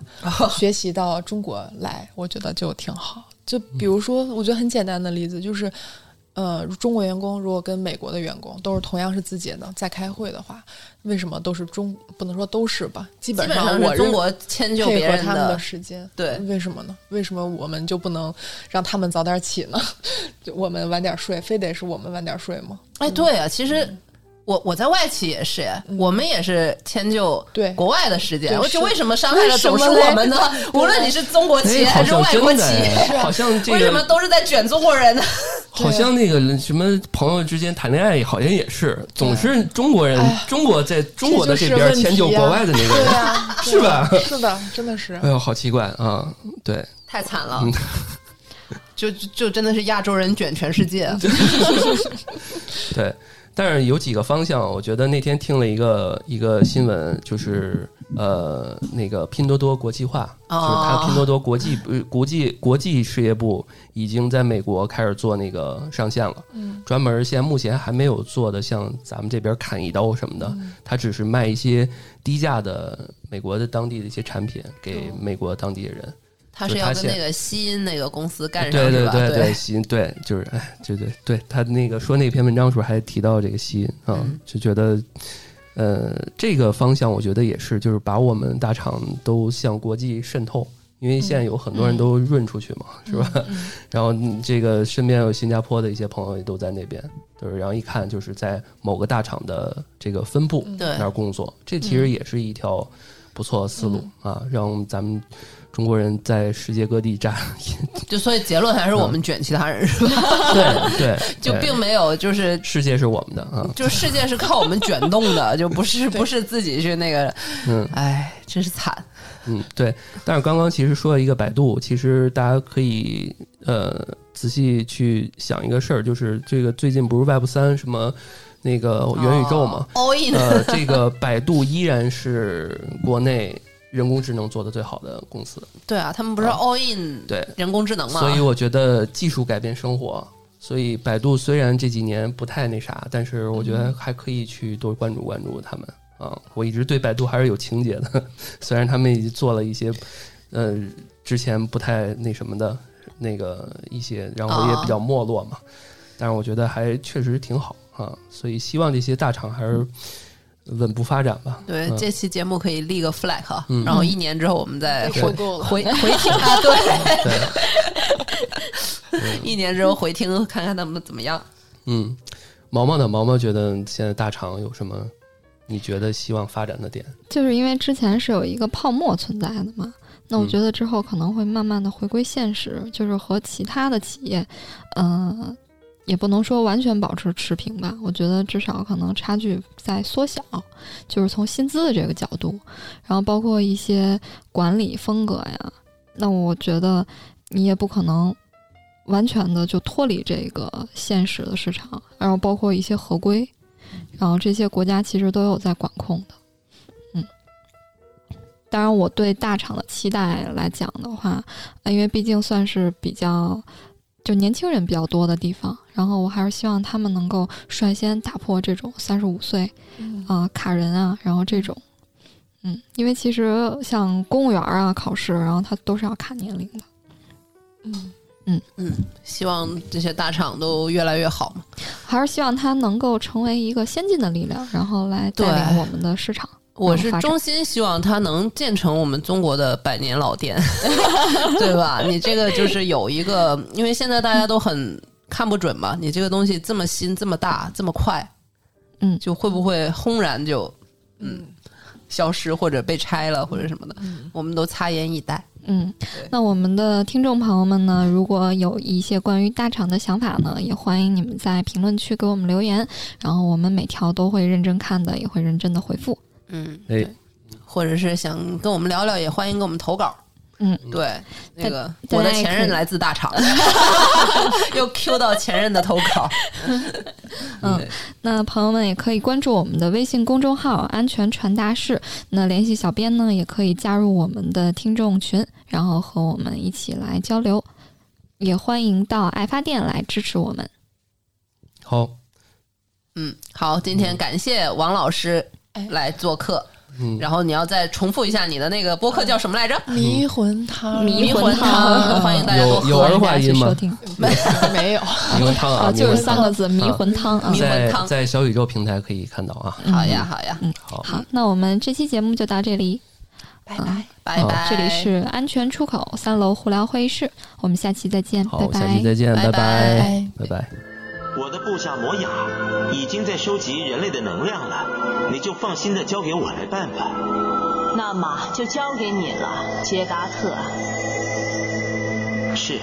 Speaker 5: 学习到中国来，我觉得就挺好。就比如说，我觉得很简单的例子就是，呃，中国员工如果跟美国的员工都是同样是字节的，在开会的话，为什么都是中不能说都是吧？基
Speaker 1: 基
Speaker 5: 本
Speaker 1: 本上
Speaker 5: 我
Speaker 1: 是中
Speaker 5: 认
Speaker 1: 国迁就
Speaker 5: 配
Speaker 1: 别
Speaker 5: 合
Speaker 1: 人
Speaker 5: 他们
Speaker 1: 的
Speaker 5: 的时间，
Speaker 1: 对
Speaker 5: 为什么呢？为什么我们就不能让他们早点起呢？ *laughs* 就我们晚点睡，非得是我们晚点睡吗？
Speaker 1: 哎，对啊，其实我我在外企也是，我们也是迁就
Speaker 5: 嗯对
Speaker 1: 国外的时间，
Speaker 5: 对
Speaker 1: 我就是为什么伤害的总是
Speaker 5: 为什
Speaker 1: 我
Speaker 5: 么嘞 *laughs*
Speaker 1: 们呢？无论你是中国企业
Speaker 2: 哎，好
Speaker 1: 还是
Speaker 2: 像
Speaker 1: 外
Speaker 2: 真
Speaker 1: 国企
Speaker 2: 的
Speaker 1: 业，
Speaker 2: 哎，好像这
Speaker 1: 为什么
Speaker 2: 个。
Speaker 1: 都是在卷中国人呢？
Speaker 2: 好像那个什么朋友之间谈恋爱，好像也是，总是中国人
Speaker 5: 哎呀，
Speaker 2: 中国在中国的这
Speaker 5: 这
Speaker 2: 边
Speaker 5: 就是问题啊
Speaker 2: 迁就国外的那
Speaker 1: *laughs*
Speaker 2: 个人，
Speaker 5: 啊，
Speaker 2: *laughs* 是吧？
Speaker 5: 是的，真的是
Speaker 2: 哎。呦，好奇怪啊！对，
Speaker 1: 太惨了
Speaker 2: 嗯，
Speaker 1: *laughs* 就就就真的是亚洲人卷全世
Speaker 2: *laughs*
Speaker 1: 界。
Speaker 2: 对，但是有几个方向，我觉得那天听了一个一个新闻，就是呃，那个拼多多国际化，
Speaker 1: 哦
Speaker 2: 就是它拼多多国际呃国际国际事业部已经在美国开始做那个上线了，
Speaker 5: 嗯
Speaker 2: 专门现在目前还没有做的像咱们这边砍一刀什么的，它只是卖一些低价的美国的当地的一些产品给美国当地的人。
Speaker 1: 他是
Speaker 2: 就
Speaker 1: 要
Speaker 2: 他
Speaker 1: 跟
Speaker 2: 现
Speaker 1: 那个吸音那个公司干上
Speaker 2: 对
Speaker 1: 是
Speaker 2: 对
Speaker 1: 吧？
Speaker 2: 对对，吸引对，就是哎，对对对，他那个说那篇文章的时候还提到这个吸引啊，
Speaker 1: 嗯
Speaker 2: 就觉得呃，这个方向我觉得也是，就是把我们大厂都向国际渗透。因为
Speaker 1: 嗯
Speaker 2: 现在有很多人都润出去嘛，是吧？ *laughs* 然后嗯这个身边有新加坡的一些朋友也都在那边，就是然后一看就是在某个大厂的这个分部
Speaker 1: 对嗯
Speaker 2: 那儿工作，这其实也是一条不错的思路啊，让咱们中国人在世界各地 *laughs* 扎
Speaker 1: 就所以结论还是我们卷其他人是吧？
Speaker 2: 对对，
Speaker 1: *laughs* 就
Speaker 2: 对
Speaker 1: 并没有就是。
Speaker 2: 世界嗯是我们的啊，
Speaker 1: 就世界是靠我们卷动的，就不是不是自己去那个，
Speaker 2: 嗯
Speaker 1: 哎，真是惨。
Speaker 2: 嗯对。但是刚刚其实说了一个百度，其实大家可以呃仔细去想一个事儿，就是这个最近不是 Web 三什么那个元宇宙嘛，
Speaker 1: 哦，all in，
Speaker 2: 呃，这个百度依然是国内人工智能做的最好的公司，
Speaker 1: *laughs* 对啊，他们不是 all in
Speaker 2: 对，
Speaker 1: 人工智能嘛？
Speaker 2: 所以我觉得技术改变生活。所以百度虽然这几年不太那啥，但是我觉得还可以去多关注关注他们啊。我一直对百度还是有情结的， *laughs* 虽然他们已经做了一些呃之前不太那什么的那个一些，然后也比较没落嘛，但是我觉得还确实挺好啊。所以希望这些大厂还是呃稳步发展
Speaker 1: *laughs*
Speaker 2: 吧。
Speaker 1: 对，
Speaker 2: 嗯
Speaker 1: 这期节目可以立个 flag，啊
Speaker 2: 嗯
Speaker 1: 然后一年之后我们再
Speaker 5: 嗯被收购了
Speaker 1: 哎回回
Speaker 2: *laughs*
Speaker 1: 听啊，对， *laughs*
Speaker 2: 对。
Speaker 1: 一年之后回听看看他们怎么样。
Speaker 2: 嗯，毛毛呢？毛毛觉得现在大厂有什么？你觉得希望发展的点？
Speaker 4: 就是因为之前是有一个泡沫存在的嘛，那我
Speaker 2: 嗯
Speaker 4: 觉得之后可能会慢慢的回归现实，就是和其他的企业，呃，也不能说完全保持持平吧，我觉得至少可能差距在缩小，就是从薪资的这个角度，然后包括一些管理风格呀，那我觉得你也不可能。完全的就脱离这个现实的市场，然后包括一些合规，然后这些国家其实都有在管控的。当然，我对大厂的期待来讲的话，呃因为毕竟算是比较就年轻人比较多的地方。然后我还是希望他们能够率先打破这种三十五岁
Speaker 5: 嗯
Speaker 4: 啊、卡人啊，然后这种，嗯，因为其实像公务员啊考试，然后他都是要卡年龄的。
Speaker 5: 嗯，
Speaker 1: 嗯，希望这些大厂都越来越好嘛。
Speaker 4: 还是希望它能够成为一个先进的力量，然后来带领我们的市场。
Speaker 1: 我
Speaker 4: 然
Speaker 1: 是
Speaker 4: 后发展
Speaker 1: 衷心希望它能建成我们中国的百年老店， *laughs* 对
Speaker 4: *laughs*
Speaker 1: 吧？你这个就是有一个，因为现在大家都很看不准嘛，你这个东西这么新、这么大、这么快，
Speaker 4: 嗯
Speaker 1: 就会不会轰然就嗯消失或者被拆了或者什么的？我们都擦眼以待。
Speaker 4: 嗯，那我们的听众朋友们呢，如果有一些关于大厂的想法呢，也欢迎你们在评论区给我们留言，然后我们每条都会认真看的，也会认真的回复。
Speaker 1: 嗯，
Speaker 2: 哎，
Speaker 1: 或者是想跟我们聊聊，也欢迎给我们投稿。
Speaker 4: 嗯，
Speaker 1: 对，那个
Speaker 4: 大
Speaker 1: 我的
Speaker 4: 家也
Speaker 1: 前
Speaker 4: 可
Speaker 1: 任
Speaker 4: 以
Speaker 1: 来自大
Speaker 4: *laughs*
Speaker 1: 厂，又 Q 到前任的投稿。
Speaker 4: 嗯
Speaker 1: 对，
Speaker 4: 那朋友们也可以关注我们的微信公众号“安全传达室”，那联系小编呢，也可以加入我们的听众群，然后和我们一起来交流，也欢迎到爱发电来支持我们。
Speaker 2: 好，
Speaker 1: 嗯，好，今天感谢王老师来做客，
Speaker 2: 嗯，
Speaker 1: 然后你要再重复一下你的那个播客叫什么来着？
Speaker 5: 迷魂汤，
Speaker 4: 迷
Speaker 1: 魂
Speaker 4: 魂汤
Speaker 1: 欢迎大家多
Speaker 2: 有有
Speaker 1: 喝。
Speaker 2: 儿化
Speaker 4: 大家去
Speaker 2: 音
Speaker 4: 收
Speaker 2: 吗？
Speaker 4: 听。
Speaker 5: 没没有，
Speaker 2: 迷魂汤啊，
Speaker 4: 哦，就
Speaker 2: 迷魂
Speaker 4: 是三
Speaker 2: 汤
Speaker 4: 个字，迷魂汤啊
Speaker 1: 迷。魂
Speaker 2: 在
Speaker 1: 汤
Speaker 2: 在小宇宙平台可以看到啊。
Speaker 1: 好呀，好呀，
Speaker 2: 好，
Speaker 4: 好，那我们这期节目就到这里，
Speaker 5: 拜
Speaker 4: 拜。
Speaker 1: 拜
Speaker 2: 好
Speaker 1: 拜。
Speaker 4: 这里是安全出口三楼胡聊会议室，我们下期再见，拜
Speaker 2: 好，
Speaker 4: 拜。
Speaker 2: 下期再见，
Speaker 1: 拜拜
Speaker 2: 拜
Speaker 5: 拜，
Speaker 2: 拜拜。
Speaker 6: 我的部下摩雅已经在收集人类的能量了，你就放心的交给我来办吧。
Speaker 7: 那么就交给你了，杰达特。
Speaker 6: 是。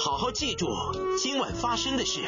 Speaker 6: 好好记住今晚发生的事。